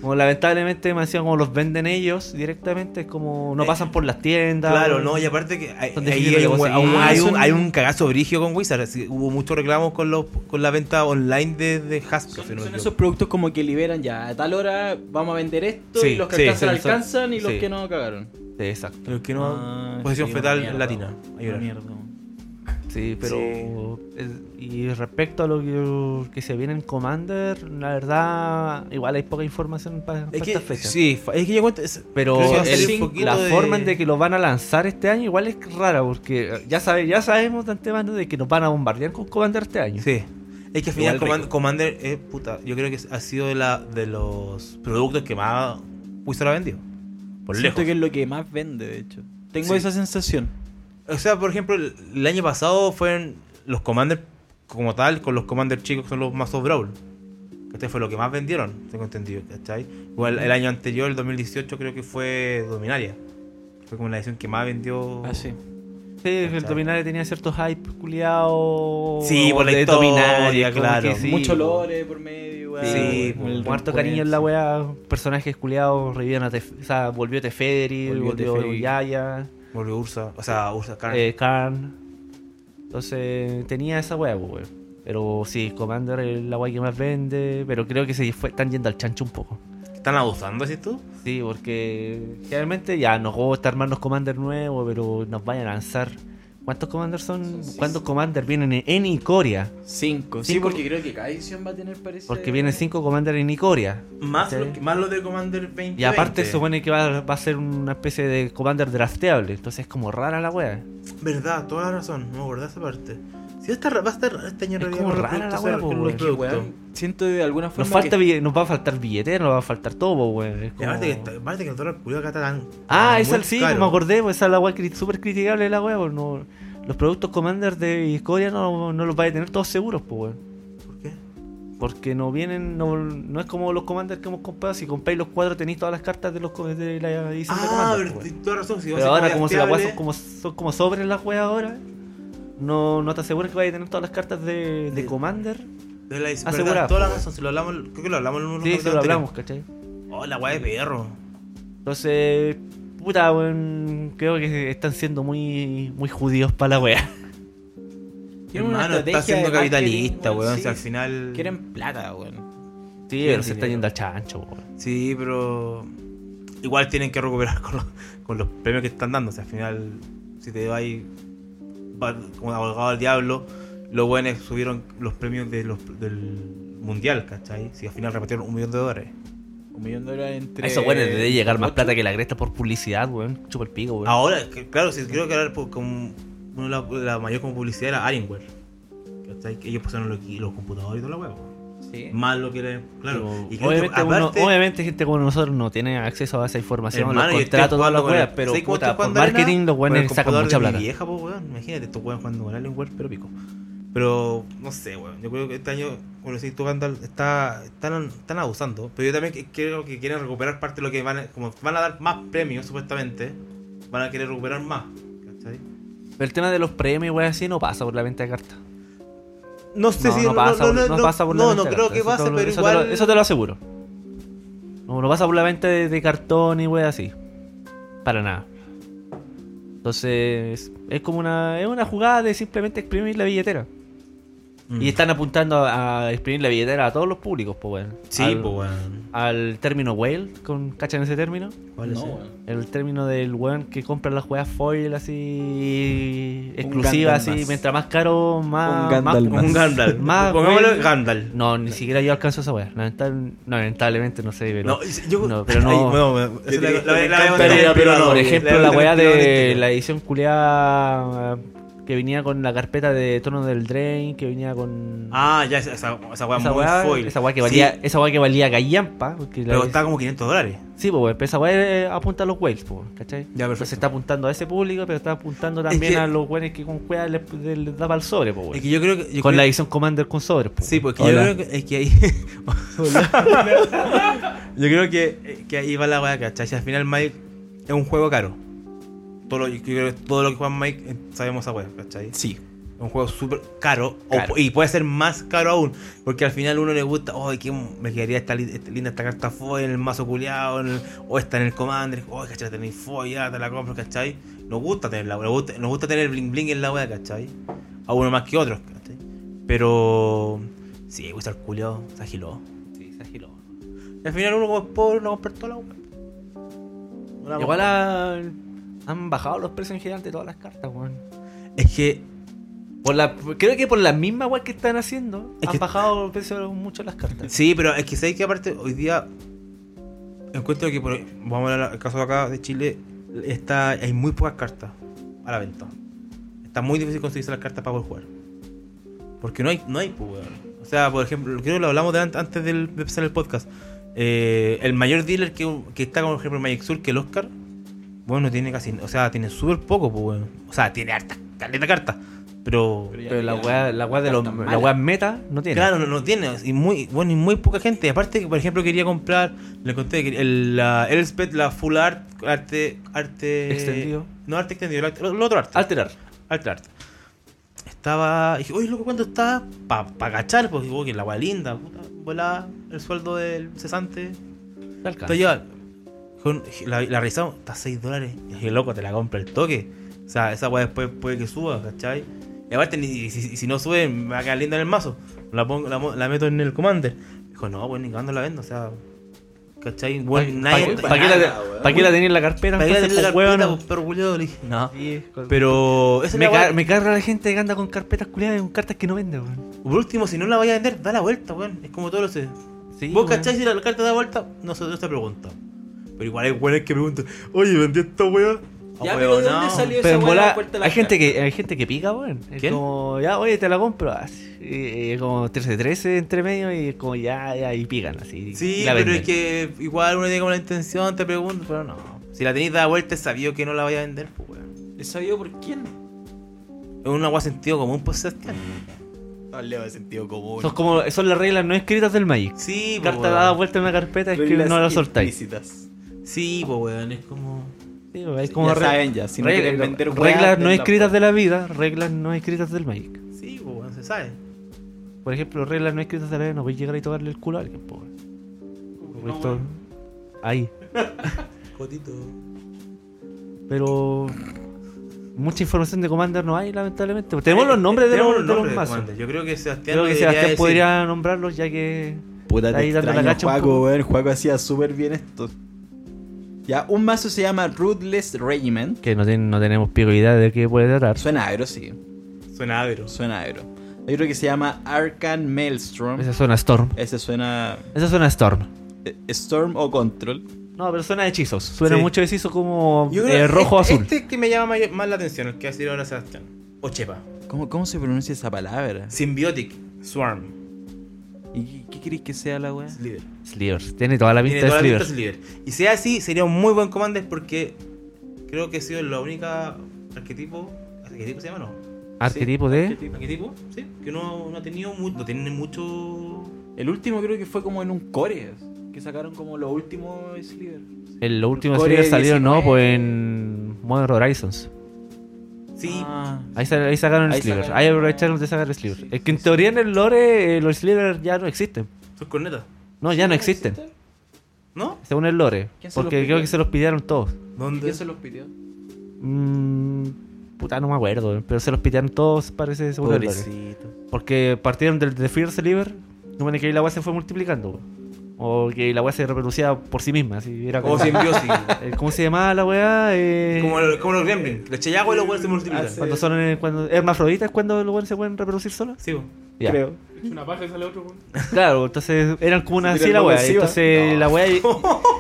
Speaker 3: Como lamentablemente demasiado como los venden ellos directamente, es como no
Speaker 2: Eh,
Speaker 3: pasan por las tiendas.
Speaker 2: Claro,
Speaker 3: weón.
Speaker 2: no, y aparte que hay,
Speaker 3: Son
Speaker 2: ahí
Speaker 3: difíciles
Speaker 2: hay
Speaker 3: de
Speaker 2: un,
Speaker 3: conseguir. Ah,
Speaker 2: aún hay un-
Speaker 3: Son-
Speaker 2: hay un cagazo brigio con Wizard. así que hubo muchos reclamos con, los, con la venta online de, de Hasbro.
Speaker 1: Son,
Speaker 2: si no me
Speaker 1: son esos
Speaker 2: equivoco.
Speaker 1: productos como que liberan ya, a tal hora vamos a vender esto
Speaker 2: Sí,
Speaker 1: y los que
Speaker 2: sí,
Speaker 1: alcanzan
Speaker 3: sí, son-
Speaker 1: alcanzan y los
Speaker 3: sí.
Speaker 1: que no cagaron.
Speaker 3: Sí, exacto.
Speaker 2: Pero que no-
Speaker 1: Ah,
Speaker 2: posición
Speaker 1: sí,
Speaker 2: fetal
Speaker 1: una mierda,
Speaker 2: latina. Ahí
Speaker 1: Una
Speaker 2: va.
Speaker 1: mierda. weón.
Speaker 3: Sí, pero. el- y respecto a lo que, que se viene en Commander, la verdad, igual hay poca información para,
Speaker 2: Es
Speaker 3: esta
Speaker 2: que,
Speaker 3: fecha.
Speaker 2: sí, fa- es que yo cuento. es-
Speaker 3: Pero
Speaker 2: creo que va a
Speaker 3: el-
Speaker 2: salir
Speaker 1: cinco-
Speaker 2: un poquito
Speaker 3: la forma en
Speaker 2: de
Speaker 3: de que lo van a lanzar este año igual es rara, porque ya, sabe, ya sabemos de antemano de que nos van a bombardear con Commander este año.
Speaker 2: Sí. Es que al final
Speaker 3: Igual
Speaker 2: Command-
Speaker 3: rico.
Speaker 2: Commander es puta. Yo creo que ha sido de, la, de los productos que más Wizard ha vendido. Por
Speaker 1: Siento
Speaker 2: lejos.
Speaker 1: que es lo que más vende, de hecho. Tengo
Speaker 2: Sí.
Speaker 1: esa sensación.
Speaker 2: O sea, por ejemplo, el, el año pasado fueron los Commander como tal, con los Commander chicos, que son los mazos Brawl. Este fue lo que más vendieron, tengo entendido, ¿cachai? Igual el año anterior, el 2018, creo que fue Dominaria. Fue como la edición que más
Speaker 3: Oh.
Speaker 2: vendió.
Speaker 1: Ah, sí.
Speaker 3: Sí, el
Speaker 2: Exacto.
Speaker 3: Dominaria tenía cierto hype culiado.
Speaker 2: Sí, por la
Speaker 3: de
Speaker 2: historia,
Speaker 3: Dominaria, como
Speaker 2: claro.
Speaker 3: que sí, pues,
Speaker 1: Mucho lore por medio, weón.
Speaker 2: Sí,
Speaker 1: Con el
Speaker 3: Muerto
Speaker 1: recuerdo.
Speaker 3: cariño en la wea, personajes culiados, revivían a Tef- o sea, volvió Teferi,
Speaker 1: Volvió
Speaker 3: volvió,
Speaker 1: Teferi.
Speaker 3: Yaya.
Speaker 2: Volvió Ursa. O sea, Ursa Carne.
Speaker 3: Eh, Karn. Entonces tenía esa weá, pues, weón. Pero sí, Commander es la weá que más vende. Pero creo que se fue, están yendo al chancho un poco.
Speaker 2: ¿Están abusando, así tú?
Speaker 3: Sí, porque generalmente ya nos gusta armarnos Commander nuevo, pero nos vayan a lanzar. ¿Cuántos Commander son?
Speaker 1: Son seis.
Speaker 3: ¿Cuántos Commander vienen en, en Icoria?
Speaker 1: Cinco. Sí,
Speaker 3: Cinco.
Speaker 1: porque creo que cada edición va a tener parecido.
Speaker 3: Porque vienen 5 Commander en Icoria.
Speaker 2: Más,
Speaker 3: Sí.
Speaker 2: lo, que- más lo de Commander 20.
Speaker 3: Y aparte se supone que va, va a ser una especie de Commander drafteable. Entonces es como rara la weá.
Speaker 2: Verdad, toda la razón. No me acordé de esa parte. Si esta ra- va a estar rara este año en
Speaker 3: Es
Speaker 2: realidad
Speaker 3: como
Speaker 2: con los
Speaker 3: rara la
Speaker 2: productos,
Speaker 3: wea, pues,
Speaker 2: con
Speaker 3: po,
Speaker 2: los
Speaker 3: weón.
Speaker 1: Que,
Speaker 2: productos.
Speaker 1: weón, siento de alguna
Speaker 3: Nos,
Speaker 1: forma.
Speaker 3: falta,
Speaker 1: que...
Speaker 3: bille- nos va a faltar billetera, nos va a faltar todo, weón. Es
Speaker 2: Y aparte que,
Speaker 3: como-
Speaker 2: está- aparte que el dólar culiado acá está tan.
Speaker 3: Ah,
Speaker 2: tan
Speaker 3: esa
Speaker 2: muy
Speaker 3: sí,
Speaker 2: caro.
Speaker 3: me acordé, pues esa es la weá cri- súper criticable de la weá, pues, no- los productos Commander de Corea no, no los vais a tener todos seguros, pues weón.
Speaker 2: ¿Por qué? Ah,
Speaker 3: Porque no vienen, no, no es como los Commander que hemos comprado, si compráis los cuatro tenéis todas las cartas de los co- de la edición de
Speaker 2: Ah,
Speaker 3: Commander.
Speaker 2: pero
Speaker 3: pues, weón.
Speaker 2: tienes toda razón. Si
Speaker 3: Pero ahora como se la weá son como son como sobres las weas ahora, no, no te aseguras que vais a tener todas las cartas de, de
Speaker 2: Sí.
Speaker 3: Commander.
Speaker 2: De la
Speaker 3: asegurada,
Speaker 2: toda la
Speaker 3: po,
Speaker 2: razón. Si lo hablamos, creo que lo hablamos en uno
Speaker 3: Sí, sí lo hablamos, ¿cachai?
Speaker 2: Oh, la weá de perro.
Speaker 3: Entonces, puta, weón, creo que están siendo muy, muy judíos para la wea.
Speaker 1: Tienen una
Speaker 2: Hermano, está
Speaker 1: estrategia de
Speaker 2: siendo capitalista,
Speaker 1: marketing,
Speaker 2: weón.
Speaker 1: sí.
Speaker 2: Si al final.
Speaker 1: Quieren plata, weón.
Speaker 3: Sí, pero se está yendo al chancho, weón.
Speaker 2: Sí, pero. Igual tienen que recuperar con los, con los premios que están dando. O sea, al final, si te vas como abogado al diablo, los buenos subieron los premios de los, del mundial, ¿cachai? Si al final repartieron un millón de dólares.
Speaker 1: Un millón de dólares entre.
Speaker 3: A esos weones les debe llegar más
Speaker 1: ocho.
Speaker 3: plata que la cresta por publicidad, weón. Chupa el pico, weón.
Speaker 2: Ahora, que- claro, sí, creo que ahora por- como uno la, la mayor como publicidad era Alienware. ¿Cachai? Que ellos pasaron los, los computadores y toda la hueá. po.
Speaker 1: Sí.
Speaker 2: Más lo que era. Claro.
Speaker 3: Tipo,
Speaker 2: y creo
Speaker 3: obviamente,
Speaker 2: que
Speaker 3: uno-
Speaker 2: aparte,
Speaker 3: obviamente gente como nosotros no tiene acceso a esa información,
Speaker 2: Hermano,
Speaker 3: los
Speaker 2: yo estoy
Speaker 3: contratos, todas las
Speaker 2: jugando con
Speaker 3: weas,
Speaker 2: el-
Speaker 3: pero
Speaker 2: ¿sabes cómo
Speaker 3: puta,
Speaker 2: estoy
Speaker 3: por
Speaker 2: jugando arena?
Speaker 3: marketing los
Speaker 2: Con el
Speaker 3: weones sacan
Speaker 2: computador
Speaker 3: mucha
Speaker 2: de mi
Speaker 3: plata.
Speaker 2: vieja, po, weón. Imagínate, estos weones jugando con Alienware, pero pico. Pero, no sé, weón. Yo creo que este año, por decir, tú, Gandalf, está, están, están abusando. Pero yo también que- creo que quieren recuperar parte de lo que van a, como van a dar más premios, supuestamente. Van a querer recuperar más. ¿Cachai?
Speaker 3: Pero el tema de los premios, weón, así no pasa por la venta de cartas.
Speaker 2: No sé
Speaker 3: No,
Speaker 2: si
Speaker 3: no pasa por- no pasa por la
Speaker 2: No,
Speaker 3: venta
Speaker 2: no
Speaker 3: de
Speaker 2: creo
Speaker 3: cartas,
Speaker 2: que
Speaker 3: eso
Speaker 2: pase,
Speaker 3: te lo-
Speaker 2: pero
Speaker 3: eso te lo-
Speaker 2: igual.
Speaker 3: Eso te lo aseguro. No, no pasa por la venta de, de cartón y weón así. Para nada. Entonces, es como una, es una jugada de simplemente exprimir la billetera.
Speaker 2: Mm.
Speaker 3: Y están apuntando a, a exprimir la billetera a todos los públicos, pues weón.
Speaker 2: Sí,
Speaker 3: Al-
Speaker 2: pues, weón.
Speaker 3: al término whale, con, ¿cachan ese término?
Speaker 2: ¿Cuál es
Speaker 1: No,
Speaker 2: ese?
Speaker 1: weón.
Speaker 3: El término del weón que compra las juegas foil así
Speaker 1: Gandalf
Speaker 3: exclusivas, así,
Speaker 1: más.
Speaker 3: mientras más caro, más.
Speaker 1: Un Gandalf
Speaker 3: más-
Speaker 1: más.
Speaker 2: Un Gandalf.
Speaker 3: Más
Speaker 2: Pongámosle
Speaker 3: whale.
Speaker 2: Gandalf.
Speaker 3: No, ni siquiera yo alcanzo esa wea. Lamentable- no, lamentablemente no sé, pero.
Speaker 2: No, yo,
Speaker 3: No, pero no.
Speaker 2: Ay, no, la- la- la- la-
Speaker 3: pero,
Speaker 2: la-
Speaker 3: pero, por
Speaker 2: la-
Speaker 3: ejemplo, la wea de
Speaker 2: la-
Speaker 3: la edición culeada eh, que venía con la carpeta de tono del drain, que venía con.
Speaker 2: Ah, ya, esa, esa, esa wea
Speaker 3: esa
Speaker 2: muy
Speaker 3: wea,
Speaker 2: foil.
Speaker 3: esa wea que
Speaker 2: Sí,
Speaker 3: valía, esa wea que valía gallampa. porque la-
Speaker 2: pero está como 500 dólares.
Speaker 3: Sí, pues, weón, pero esa weá eh, apunta a los whales, pues, weón, ¿cachai?
Speaker 2: Ya, perfecto.
Speaker 3: Se está apuntando a ese público, pero está apuntando también
Speaker 2: que-
Speaker 3: a los weones que con cueva les, les- les da para el sobre, pues, weón.
Speaker 2: Es que yo creo que. yo
Speaker 3: Con
Speaker 2: creo-
Speaker 3: la edición Commander con sobre, pues.
Speaker 2: Sí,
Speaker 3: weón.
Speaker 2: porque
Speaker 1: Hola.
Speaker 2: yo creo que. Es que ahí. yo creo que, que ahí va la wea, ¿cachai? Si al final Mike es un juego caro. Todo lo, yo creo que todo lo que juega Mike eh, sabemos esa wea, ¿cachai?
Speaker 1: Sí.
Speaker 2: Es un juego súper caro, o-
Speaker 1: Caro.
Speaker 2: y puede ser más caro aún, porque al final uno le gusta, oh, que me quedaría esta, li- esta- linda esta carta foil en el mazo culeado, o esta en el commander, oh, cachai, tenéis foil, ya te la compro, cachai. Nos gusta tenerla, nos gusta, nos gusta tener bling bling en la wea, cachai. A uno más que otros, cachai. Pero, sí, gusta el culeado, se agiló.
Speaker 3: Sí, se agiló.
Speaker 2: Y al final uno como es pobre, no compra toda la wea. No la
Speaker 3: Igual
Speaker 2: compra.
Speaker 3: ha- han bajado los precios en general de todas las cartas, weón.
Speaker 2: es que,
Speaker 3: Por la, creo que por la misma weá que están haciendo,
Speaker 2: Es
Speaker 3: han
Speaker 2: que-
Speaker 3: bajado los precios mucho las cartas.
Speaker 2: sí, pero es que sabéis que aparte hoy día encuentro que por, vamos a hablar al caso de acá de Chile está hay muy pocas cartas a la venta está muy difícil conseguirse las cartas para poder jugar porque no hay no hay pues, weón. o sea por ejemplo creo que lo hablamos de an- antes del, de empezar el podcast Eh, el mayor dealer que, que está como por ejemplo en Magic Sur que el Oscar bueno tiene casi o sea tiene súper poco pues, weón. o sea tiene harta caleta de cartas pero
Speaker 3: Pero la weá, la weá de los,
Speaker 1: Cartas
Speaker 3: la
Speaker 1: malas.
Speaker 3: weá meta no tiene.
Speaker 2: Claro, no, no tiene. Y muy, bueno, y muy poca gente. Aparte, que, por ejemplo, quería comprar. Le conté que el, la Elspeth, la full art, arte. arte
Speaker 3: Extendido.
Speaker 2: No, arte extendido, el, el otro arte.
Speaker 3: Alterar.
Speaker 2: Arte, arte. Estaba. Dije, oye, loco, ¿cuánto está? Para pa cachar, porque digo que la guay linda, puta. Volá el sueldo del cesante.
Speaker 3: Te alcanza.
Speaker 2: Te lleva- con- La, la revisamos, está a 6 dólares. Y dije, loco, te la compra el toque. O sea, esa weá después puede que suba, ¿cachai? Y aparte, ni- si, si- si no sube, me va a quedar linda en el mazo. La, pongo, la, mo- la meto en el commander. Dijo, no, pues ni cagando la vendo, o sea. ¿cachai? Bueno,
Speaker 3: ¿Para
Speaker 2: nadie.
Speaker 3: qué la, pa' qué la tenía en la carpeta?
Speaker 2: ¿Para qué la
Speaker 3: entonces,
Speaker 2: tenés la
Speaker 3: pues, weón?
Speaker 2: carpeta, pues, perro culiao? Le dije, no.
Speaker 3: Sí, con-
Speaker 2: Pero. Esa es
Speaker 3: me,
Speaker 2: la
Speaker 3: ca-
Speaker 2: weá.
Speaker 3: me carga la gente que anda con carpetas culiadas y con cartas que no vende, weón.
Speaker 2: Por último, si no la vaya a vender, da la vuelta, weón. Es como todo lo sé.
Speaker 3: Sí,
Speaker 2: Vos
Speaker 3: weón.
Speaker 2: cachai si la carta da vuelta, nosotros te preguntamos. Pero igual hay weones que preguntan, oye, vendí esta weá.
Speaker 1: Ya,
Speaker 2: Ah,
Speaker 1: pero ¿de
Speaker 2: weón,
Speaker 1: dónde
Speaker 2: no.
Speaker 1: salió
Speaker 3: Pero
Speaker 1: esa
Speaker 3: en
Speaker 1: weá de
Speaker 3: bola,
Speaker 1: la puerta de la
Speaker 3: hay gente
Speaker 1: casa?
Speaker 3: que hay gente que pica, weón. Es
Speaker 2: ¿Quién?
Speaker 3: como, ya, oye, te la compro. así, y- y como 13-13 entre medio y es como ya, ya, y pican así.
Speaker 2: Sí,
Speaker 3: y la
Speaker 2: pero
Speaker 3: venden.
Speaker 2: es que igual uno tiene como la intención, te pregunto, pero no. Si la tenéis dada vuelta, es sabido que no la vaya a vender, pues weón.
Speaker 1: ¿Es sabido por quién?
Speaker 2: Es una weá sentido común, pues Sebastián.
Speaker 1: No le va sentido común.
Speaker 3: Son, como, son las reglas no escritas del Magic.
Speaker 2: Sí, pues.
Speaker 3: Carta
Speaker 2: weón.
Speaker 3: dada vuelta en una carpeta es que no la soltáis. Sí,
Speaker 2: Sí, pues weón, es como.
Speaker 3: weón, es como
Speaker 1: Como ya
Speaker 3: regla-
Speaker 1: saben ya, si no
Speaker 3: regla-
Speaker 1: quieren vender weá,
Speaker 3: reglas no
Speaker 1: vendan
Speaker 3: escritas
Speaker 1: weá.
Speaker 3: de la vida, reglas no escritas del Magic.
Speaker 2: Sí, pues weón, se sabe.
Speaker 3: Por ejemplo, reglas no escritas de la vida, no voy a llegar y tocarle el culo a alguien, po, weón.
Speaker 4: No,
Speaker 3: Esto-
Speaker 4: weón.
Speaker 3: Ahí.
Speaker 6: potito.
Speaker 3: Pero mucha información de Commander no hay, lamentablemente. Eh, Tenemos los nombres de
Speaker 2: Eh, Tenemos
Speaker 3: los, de los
Speaker 2: nombres de
Speaker 3: mazos.
Speaker 2: Commander. Yo creo que Sebastián
Speaker 3: Creo
Speaker 2: lo
Speaker 3: que
Speaker 2: debería
Speaker 3: Sebastián
Speaker 2: decir.
Speaker 3: podría nombrarlos ya que.
Speaker 1: Puta, te
Speaker 3: Ahí dando la
Speaker 1: extraño,
Speaker 3: cacha un
Speaker 1: Juaco,
Speaker 3: poco.
Speaker 1: weón. Juaco hacía súper bien esto. Ya, un mazo se llama Ruthless Regiment.
Speaker 3: Que no, ten- no tenemos pico idea de qué puede tratar.
Speaker 1: Suena agro, sí.
Speaker 2: Suena agro.
Speaker 1: Suena agro. Hay otro que se llama Arcan Maelstrom.
Speaker 3: Esa suena a Storm.
Speaker 1: Ese suena
Speaker 3: Esa suena a Storm.
Speaker 1: eh, Storm o Control.
Speaker 3: No, pero suena a hechizos. Suena
Speaker 2: Sí.
Speaker 3: mucho hechizo como
Speaker 2: Yo
Speaker 3: eh,
Speaker 2: creo que
Speaker 3: rojo
Speaker 2: este,
Speaker 3: azul.
Speaker 2: Este que me llama may- más la atención, el que va a decir ahora Sebastián. O Chepa.
Speaker 1: ¿Cómo, cómo se pronuncia esa palabra?
Speaker 2: Symbiotic Swarm.
Speaker 1: ¿Y qué- qué crees que sea la weá?
Speaker 2: Líder.
Speaker 3: Slivers. Tiene toda la pinta
Speaker 2: Tiene toda
Speaker 3: de
Speaker 2: la pinta de
Speaker 3: Slivers.
Speaker 2: líder. Y sea así, sería un muy buen commander porque creo que ha sido la única arquetipo. ¿Arquetipo se llama? No.
Speaker 3: Arquetipo de.
Speaker 2: ¿Arquetipo? Sí. Que no, no ha tenido mucho. No tiene mucho.
Speaker 7: El último creo que fue como en un core, que sacaron como lo último Sliver.
Speaker 3: En los últimos
Speaker 7: Core
Speaker 3: Slivers salieron, no,
Speaker 7: 19.
Speaker 3: pues en Modern Horizons.
Speaker 2: Sí.
Speaker 7: Ah.
Speaker 3: Ahí, sa- ahí sacaron
Speaker 7: Ahí
Speaker 3: Slivers.
Speaker 7: sacaron-
Speaker 3: Ahí aprovecharon de sacar Slivers.
Speaker 7: Sí,
Speaker 3: es que en teoría en el lore eh, los Slivers ya no existen.
Speaker 2: Sus cornetas.
Speaker 3: No, ya no existen.
Speaker 2: ¿No?
Speaker 3: Según el lore.
Speaker 7: ¿Quién se los
Speaker 3: Porque creo
Speaker 7: pidió?
Speaker 3: que se los pidieron todos.
Speaker 2: ¿Dónde?
Speaker 7: se los pidió?
Speaker 3: Mm, puta, no me acuerdo. eh, Pero se los pidieron todos, parece, según el lore.
Speaker 2: Pobrecito.
Speaker 3: Porque partieron del The Fear Sliver. Supone que ahí la agua se fue multiplicando. weón. O que la agua se reproducía por sí misma. Así, era como
Speaker 2: Como simbiosis.
Speaker 3: Eh, ¿Cómo se llamaba la weá? Eh,
Speaker 2: como, lo- como los gremlins. Los chayagos y los huevos se multiplican.
Speaker 1: Ah, sí.
Speaker 3: cuando son eh, cuando hermafroditas, cuando los weones se pueden reproducir solos.
Speaker 2: Sí, bo.
Speaker 3: Ya.
Speaker 1: Creo.
Speaker 4: Es una paja y sale otro, weón.
Speaker 3: Claro, entonces eran como una
Speaker 1: Se
Speaker 3: así
Speaker 1: tiran
Speaker 3: la weá.
Speaker 1: convulsiva.
Speaker 3: Entonces
Speaker 1: No.
Speaker 3: la weá.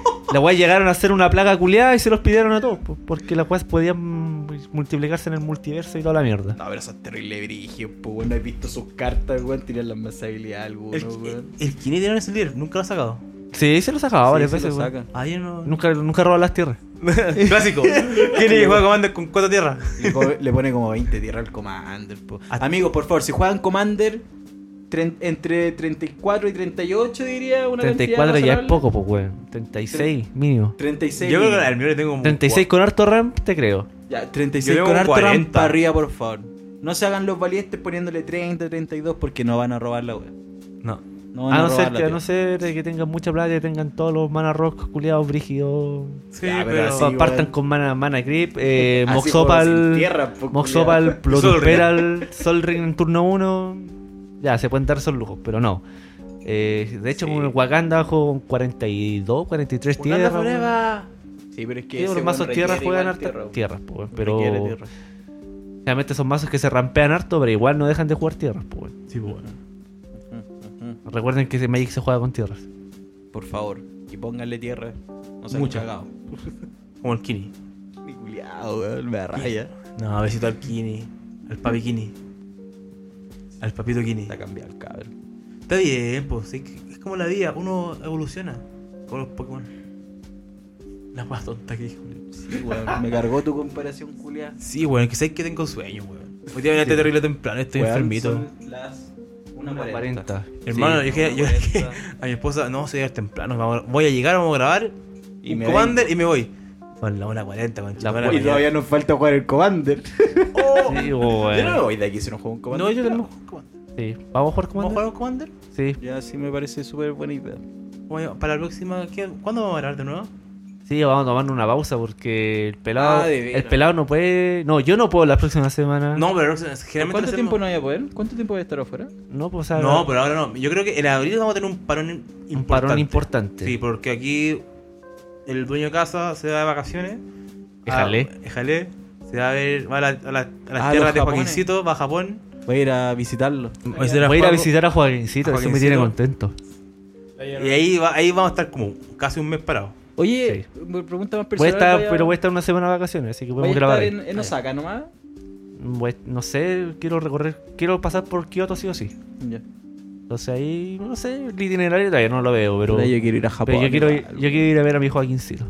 Speaker 3: La weá llegaron a hacer una plaga culiada y se los pidieron a todos. po, Porque las weas podían multiplicarse en el multiverso y toda la mierda.
Speaker 1: No, pero eso es terrible brigio, pues weón. No he visto sus cartas, weón. Tirar las más habilidades alguno,
Speaker 2: El,
Speaker 1: weón.
Speaker 2: el, el Kine tiene ese líder. Nunca lo ha sacado.
Speaker 3: Sí, se los sacaba varias
Speaker 1: Sí, se
Speaker 3: veces,
Speaker 1: lo
Speaker 3: weón.
Speaker 1: sacan.
Speaker 2: Ayer no.
Speaker 3: Nunca, nunca roban las tierras.
Speaker 2: Clásico. Kine que juega commander con cuatro tierras.
Speaker 1: Le, co- le pone como 20 tierra al Commander, po. Amigos, por favor, si juegan Commander, tren- entre 34 y 38, diría una
Speaker 3: 34
Speaker 1: cantidad
Speaker 3: ya es
Speaker 1: razonable.
Speaker 3: poco, pues weón. 36 mínimo.
Speaker 1: 36.
Speaker 2: Yo creo que al mío le tengo como
Speaker 3: 36 con harto RAM, te creo.
Speaker 1: Ya,
Speaker 2: Yo
Speaker 1: 36
Speaker 2: tengo
Speaker 1: con harto
Speaker 2: 40.
Speaker 1: RAM para arriba, por favor. No se hagan los valientes poniéndole 30, 32 porque no van a robar la wea.
Speaker 2: No.
Speaker 1: No van
Speaker 3: A no
Speaker 1: robar
Speaker 3: ser
Speaker 1: la Ah,
Speaker 3: que, a
Speaker 1: wea.
Speaker 3: no ser de que tengan mucha plata y tengan todos los mana rock culiados, brígidos.
Speaker 2: Sí,
Speaker 1: Ya, Ah, pero
Speaker 2: pero.
Speaker 1: así-
Speaker 3: Pa- Partan
Speaker 1: igual.
Speaker 3: con mana, mana grip, eh,
Speaker 1: Así como sin
Speaker 3: Moxopal,
Speaker 1: tierra, po,
Speaker 3: Moxopal,
Speaker 1: culiao.
Speaker 3: Plotuperal, Sol Ring en turno 1. Ya, se pueden dar esos lujos, pero no. Eh, de hecho,
Speaker 1: Sí.
Speaker 3: con el Wakanda bajo con 42, 43 tierras. weón.
Speaker 1: Sí, pero es que
Speaker 3: Sí,
Speaker 1: ese
Speaker 3: los
Speaker 1: weón
Speaker 3: mazos tierras
Speaker 1: requiere
Speaker 3: juegan
Speaker 1: igual
Speaker 3: hartas
Speaker 1: tierra,
Speaker 3: tierras, po, weón,
Speaker 1: weón.
Speaker 3: pero
Speaker 1: Requiere tierra.
Speaker 3: realmente son mazos que se rampean harto, pero igual no dejan de jugar tierras. po, weón.
Speaker 6: Sí, pues bueno.
Speaker 1: Ujú, ujú.
Speaker 3: Recuerden que Magic se juega con tierras.
Speaker 1: Mm, Por favor, y pónganle tierra. No se
Speaker 2: Mucha.
Speaker 1: cagado.
Speaker 2: Como el Kini.
Speaker 1: Ni culiao, weón, me da raya.
Speaker 2: No, besito al Kini. Al papi Kini. Al papito Kini.
Speaker 1: Está cambiado el cabrón.
Speaker 2: Está bien, pues. sí, que- Es como la vida. Uno evoluciona. Con los Pokémon. La más tonta que dijo.
Speaker 1: Sí, weón, me cargó tu comparación, culiao.
Speaker 2: Sí, weón. Que sé que tengo sueño, weón. Hoy día veniste terrible temprano. Estoy
Speaker 1: Weón,
Speaker 2: enfermito.
Speaker 1: son Las 1.40. Sí,
Speaker 2: Hermano, yo dije, yo
Speaker 1: una
Speaker 2: dije a mi esposa, no, soy temprano. vamos- voy a llegar, vamos a grabar.
Speaker 1: Y
Speaker 2: un
Speaker 1: me
Speaker 2: Commander y me voy. Son la 1.40, con la
Speaker 1: Y todavía nos falta jugar el Commander.
Speaker 7: Oh.
Speaker 3: Sí, weón.
Speaker 1: Yo no me voy de aquí si no juego un Commander.
Speaker 2: No, yo tenemos Commander.
Speaker 3: Sí. ¿Vamos a jugar
Speaker 2: ¿Vamos a
Speaker 3: Commander?
Speaker 2: jugar un Commander?
Speaker 3: Sí.
Speaker 1: Ya sí me parece súper buena idea.
Speaker 2: Bueno, Para la próxima, ¿qué- ¿cuándo vamos a grabar de nuevo?
Speaker 3: Sí, vamos a tomar una pausa porque el pelado,
Speaker 1: Ah, de veras.
Speaker 3: el pelado no puede. No, yo no puedo la próxima semana.
Speaker 2: No, pero generalmente
Speaker 7: ¿Cuánto
Speaker 2: lo hacemos-
Speaker 7: tiempo no voy a poder? ¿Cuánto tiempo voy a estar afuera?
Speaker 3: no, pues, o sea,
Speaker 2: No, pero ahora no. Yo creo que en abril vamos a tener un parón importante.
Speaker 3: un parón importante.
Speaker 2: Sí, porque aquí el dueño de casa se va de vacaciones.
Speaker 3: Éjale.
Speaker 2: Ah, éjale. Se va a ver, va a, la- a la- a las
Speaker 7: Ah,
Speaker 2: tierras
Speaker 7: los
Speaker 2: de
Speaker 7: japoneses.
Speaker 2: Joaquincito, va a Japón.
Speaker 7: Voy a ir a visitarlo.
Speaker 2: Va ser
Speaker 3: Voy a ir a
Speaker 2: Juaco.
Speaker 3: visitar a Joaquincito,
Speaker 2: A
Speaker 3: eso me tiene
Speaker 2: pues, Joaquincito.
Speaker 3: contento.
Speaker 4: La
Speaker 2: Y ahí, va- ahí vamos a estar como casi un mes parados.
Speaker 7: Oye, me pregunta más
Speaker 3: Voy a
Speaker 7: personal.
Speaker 3: estar,
Speaker 7: vaya-
Speaker 3: pero voy a estar una semana de vacaciones, así que
Speaker 7: vaya
Speaker 3: podemos
Speaker 7: a
Speaker 3: grabar.
Speaker 7: estar
Speaker 3: ahí.
Speaker 7: en, en Osaka nomás.
Speaker 3: Voy a- no sé, quiero recorrer, quiero pasar por Kioto sí o sí.
Speaker 7: Ya.
Speaker 3: Entonces ahí, no sé, el itinerario todavía no lo veo, pero,
Speaker 7: Puta, yo quiero ir a Japón.
Speaker 3: pero yo, quiero ir,
Speaker 7: igual.
Speaker 3: yo quiero ir a ver a mi Joaquincito.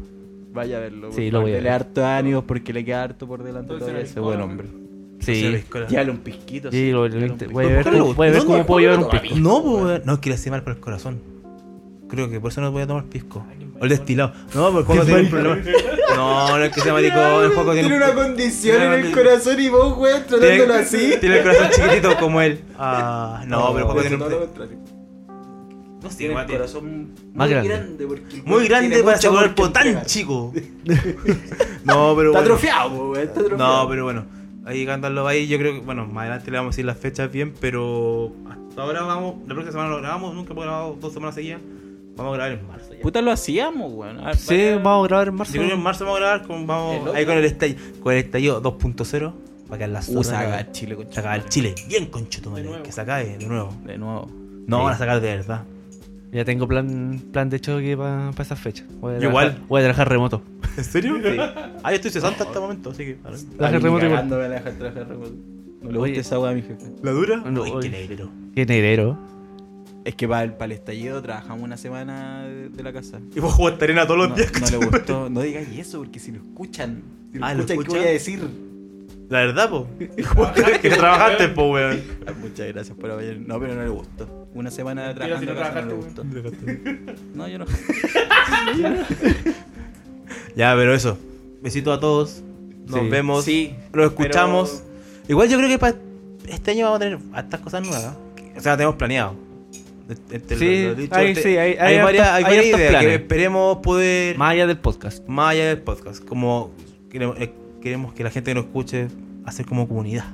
Speaker 1: Vaya a verlo.
Speaker 3: Sí,
Speaker 1: por
Speaker 3: lo
Speaker 1: favor.
Speaker 3: voy a
Speaker 1: Dele
Speaker 3: ver.
Speaker 1: harto ánimos porque le queda harto por delante
Speaker 4: Entonces,
Speaker 1: todavía a ese
Speaker 4: ¿cómo?
Speaker 1: buen hombre.
Speaker 3: Sí,
Speaker 2: Ya.
Speaker 1: Llévale un pisquito.
Speaker 3: sí, lo-
Speaker 1: llévale un
Speaker 3: lo-
Speaker 1: pisco.
Speaker 3: voy a ver,
Speaker 2: Carlos,
Speaker 3: cómo- voy a ver
Speaker 2: ¿dónde
Speaker 3: cómo puedo llevar un
Speaker 1: Pablo
Speaker 3: pico.
Speaker 1: Tobar?
Speaker 2: No, pues, no, es que le hace mal por el corazón. Creo que por eso no voy a tomar pisco. O el destilado. No, porque Juaco tiene un problema. No, no es que sea maricón. El Juaco tiene,
Speaker 1: Tiene
Speaker 2: un-
Speaker 1: una condición
Speaker 2: Tiene
Speaker 1: en
Speaker 2: una
Speaker 1: el
Speaker 2: condi-
Speaker 1: corazón y vos, weón, tratándolo así.
Speaker 2: Tiene el corazón chiquitito como él. Ah, no, pero Juaco tiene un
Speaker 1: Todo lo contrario.
Speaker 2: No sé,
Speaker 8: Tiene el
Speaker 2: mate.
Speaker 8: corazón
Speaker 3: Más
Speaker 8: muy
Speaker 3: grande.
Speaker 8: grande. porque el
Speaker 2: Muy
Speaker 8: weón tiene
Speaker 2: grande para
Speaker 8: mucho
Speaker 2: ser un
Speaker 8: amor
Speaker 2: cuerpo
Speaker 8: que
Speaker 2: tan
Speaker 8: entregar.
Speaker 2: chico. No, pero
Speaker 8: Está
Speaker 2: bueno.
Speaker 8: atrofiado, po, weón, está atrofiado.
Speaker 2: No, pero bueno. Ahí Gandalf ahí, yo creo que, bueno, más adelante le vamos a decir las fechas bien, pero hasta ahora vamos, la próxima semana lo grabamos, nunca hemos grabado dos semanas seguidas, vamos a grabar en marzo ya.
Speaker 1: Puta, lo hacíamos, weón. A ver,
Speaker 3: Sí, vamos a grabar en marzo.
Speaker 2: Yo creo que en marzo vamos a grabar con, vamos, ahí con el estallido, con el estallido 2.0, para que en la
Speaker 1: Usa
Speaker 2: zorra,
Speaker 1: a Chile, con
Speaker 2: se acabe el Chile, bien conchuto,
Speaker 4: De nuevo.
Speaker 2: que se acabe de nuevo.
Speaker 1: De nuevo.
Speaker 2: No van a sacar de verdad.
Speaker 3: Ya tengo plan, plan de choque para esa fecha. Voy a
Speaker 2: Yo
Speaker 3: trabajar-
Speaker 2: igual.
Speaker 3: Voy a trabajar remoto.
Speaker 2: ¿En serio? Ah, yo estoy cesante hasta el momento, así que.
Speaker 3: Trabajar remoto igual.
Speaker 8: Cagando me la deja trabajar remoto.
Speaker 1: No le gusta
Speaker 3: Oye.
Speaker 1: esa weá a mi jefe.
Speaker 2: ¿La dura?
Speaker 3: No,
Speaker 2: Uy, qué
Speaker 3: oye.
Speaker 2: negrero.
Speaker 3: Qué negrero.
Speaker 1: Es que para el, para el estallido trabajamos una semana de, de la casa.
Speaker 2: Y vos jugaste arena todos los
Speaker 1: No,
Speaker 2: días.
Speaker 1: no le gustó. No digáis eso porque si lo escuchan. Si lo
Speaker 2: Ah, ¿lo
Speaker 1: escuchan, ¿qué
Speaker 2: escuchan?
Speaker 1: voy a decir?
Speaker 2: La verdad, po. que trabajaste, po, weón.
Speaker 1: Ah, Muchas gracias por haber. No, pero no le gustó. Una semana de
Speaker 4: Mentira,
Speaker 1: trabajo.
Speaker 4: si no
Speaker 1: no le
Speaker 4: trabajaste,
Speaker 1: gustó. No, yo no.
Speaker 2: Ya, pero eso. Besito a todos. Nos
Speaker 3: Sí.
Speaker 2: vemos.
Speaker 1: Sí,
Speaker 2: Lo escuchamos. Igual yo creo que para este año vamos a tener hartas cosas nuevas. O sea, tenemos planeado. Este,
Speaker 3: Sí,
Speaker 2: he dicho,
Speaker 3: ahí
Speaker 2: este-
Speaker 3: sí, ahí-
Speaker 2: hay,
Speaker 3: hay
Speaker 2: varias,
Speaker 3: hartos-
Speaker 2: hay
Speaker 3: hay
Speaker 2: varias
Speaker 3: hartos
Speaker 2: ideas que
Speaker 3: planes.
Speaker 2: esperemos poder
Speaker 3: Más allá del podcast.
Speaker 2: más allá del podcast. Como queremos, eh, queremos que la gente que nos escuche hacer como comunidad.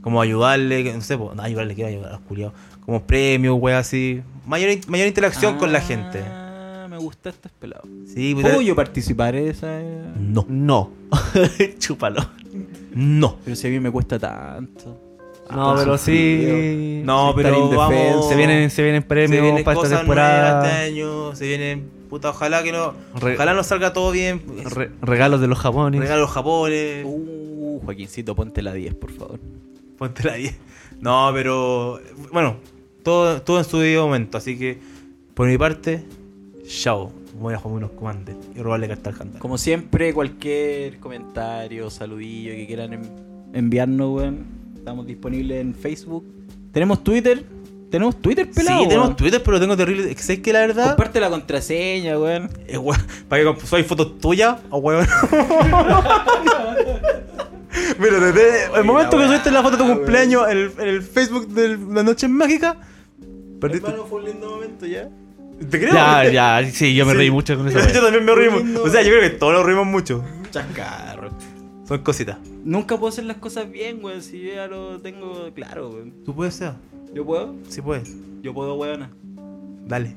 Speaker 2: Como ayudarle, que- no sé, po, no, ayudarle, quiero ayudar a los culiados. Como premios, wey, así. Mayor, mayor interacción con la gente.
Speaker 1: Ah, me gusta este pelado.
Speaker 2: Sí, pues,
Speaker 1: ¿Puedo yo participar en esa?
Speaker 2: No,
Speaker 3: No.
Speaker 2: chúpalo. No.
Speaker 1: Pero si a mí me cuesta tanto.
Speaker 3: No, pero sí.
Speaker 1: Ah,
Speaker 2: No,
Speaker 1: Sí,
Speaker 2: pero
Speaker 1: estar indefenso.
Speaker 2: vamos.
Speaker 3: Se vienen, se vienen
Speaker 2: se
Speaker 3: premios
Speaker 2: vienen
Speaker 3: para esta
Speaker 2: cosas nuevas
Speaker 3: temporada.
Speaker 2: este año. Se vienen. Puta, ojalá que no.
Speaker 3: Re-
Speaker 2: Ojalá nos salga todo bien.
Speaker 3: Re- regalos de los jabones.
Speaker 2: Regalos japones.
Speaker 1: Uh, Joaquincito, ponte la 10, por favor.
Speaker 2: Ponte la 10. No, pero bueno, todo, todo en su debido momento. Así que, por mi parte, chao. Voy a jugar unos comandos y robarle carta al Gandalf.
Speaker 1: Como siempre, cualquier comentario, saludillo que quieran en- enviarnos, weón. Estamos disponibles en Facebook. Tenemos Twitter. Tenemos Twitter,
Speaker 2: Sí,
Speaker 1: pelado.
Speaker 2: tenemos
Speaker 1: weón?
Speaker 2: Twitter, pero tengo terrible. Sé que la verdad.
Speaker 1: Comparte la contraseña, weón.
Speaker 2: eh, weón, para que comp- soy fotos tuyas, o weón. Mira, desde el momento que subiste la foto de tu cumpleaños en el, en el Facebook de la Noche Mágica, perdiste.
Speaker 8: fue un lindo momento ya.
Speaker 2: ¿Te creo?
Speaker 3: Ya, ya, sí, yo me
Speaker 2: Sí.
Speaker 3: reí mucho con eso.
Speaker 2: Yo también me reímos. O sea, yo creo que todos nos reímos mucho.
Speaker 8: Chascarro.
Speaker 2: Son cositas.
Speaker 1: Nunca puedo hacer las cosas bien, weón. Si yo ya lo tengo claro, weón.
Speaker 2: ¿Tú puedes ser?
Speaker 1: ¿Yo puedo?
Speaker 2: Sí puedes.
Speaker 1: Yo puedo, weona.
Speaker 2: Dale.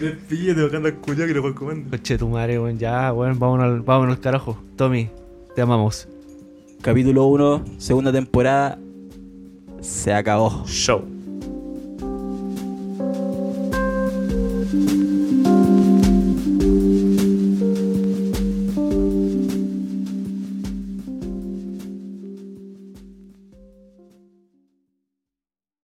Speaker 2: Despídete bajando al culiao que lo voy comiendo.
Speaker 3: Coche tu madre, weón. Ya, weón, vámonos al, vámonos al carajo. Tommy, te amamos.
Speaker 1: Capítulo 1, segunda temporada. Se acabó.
Speaker 2: Show.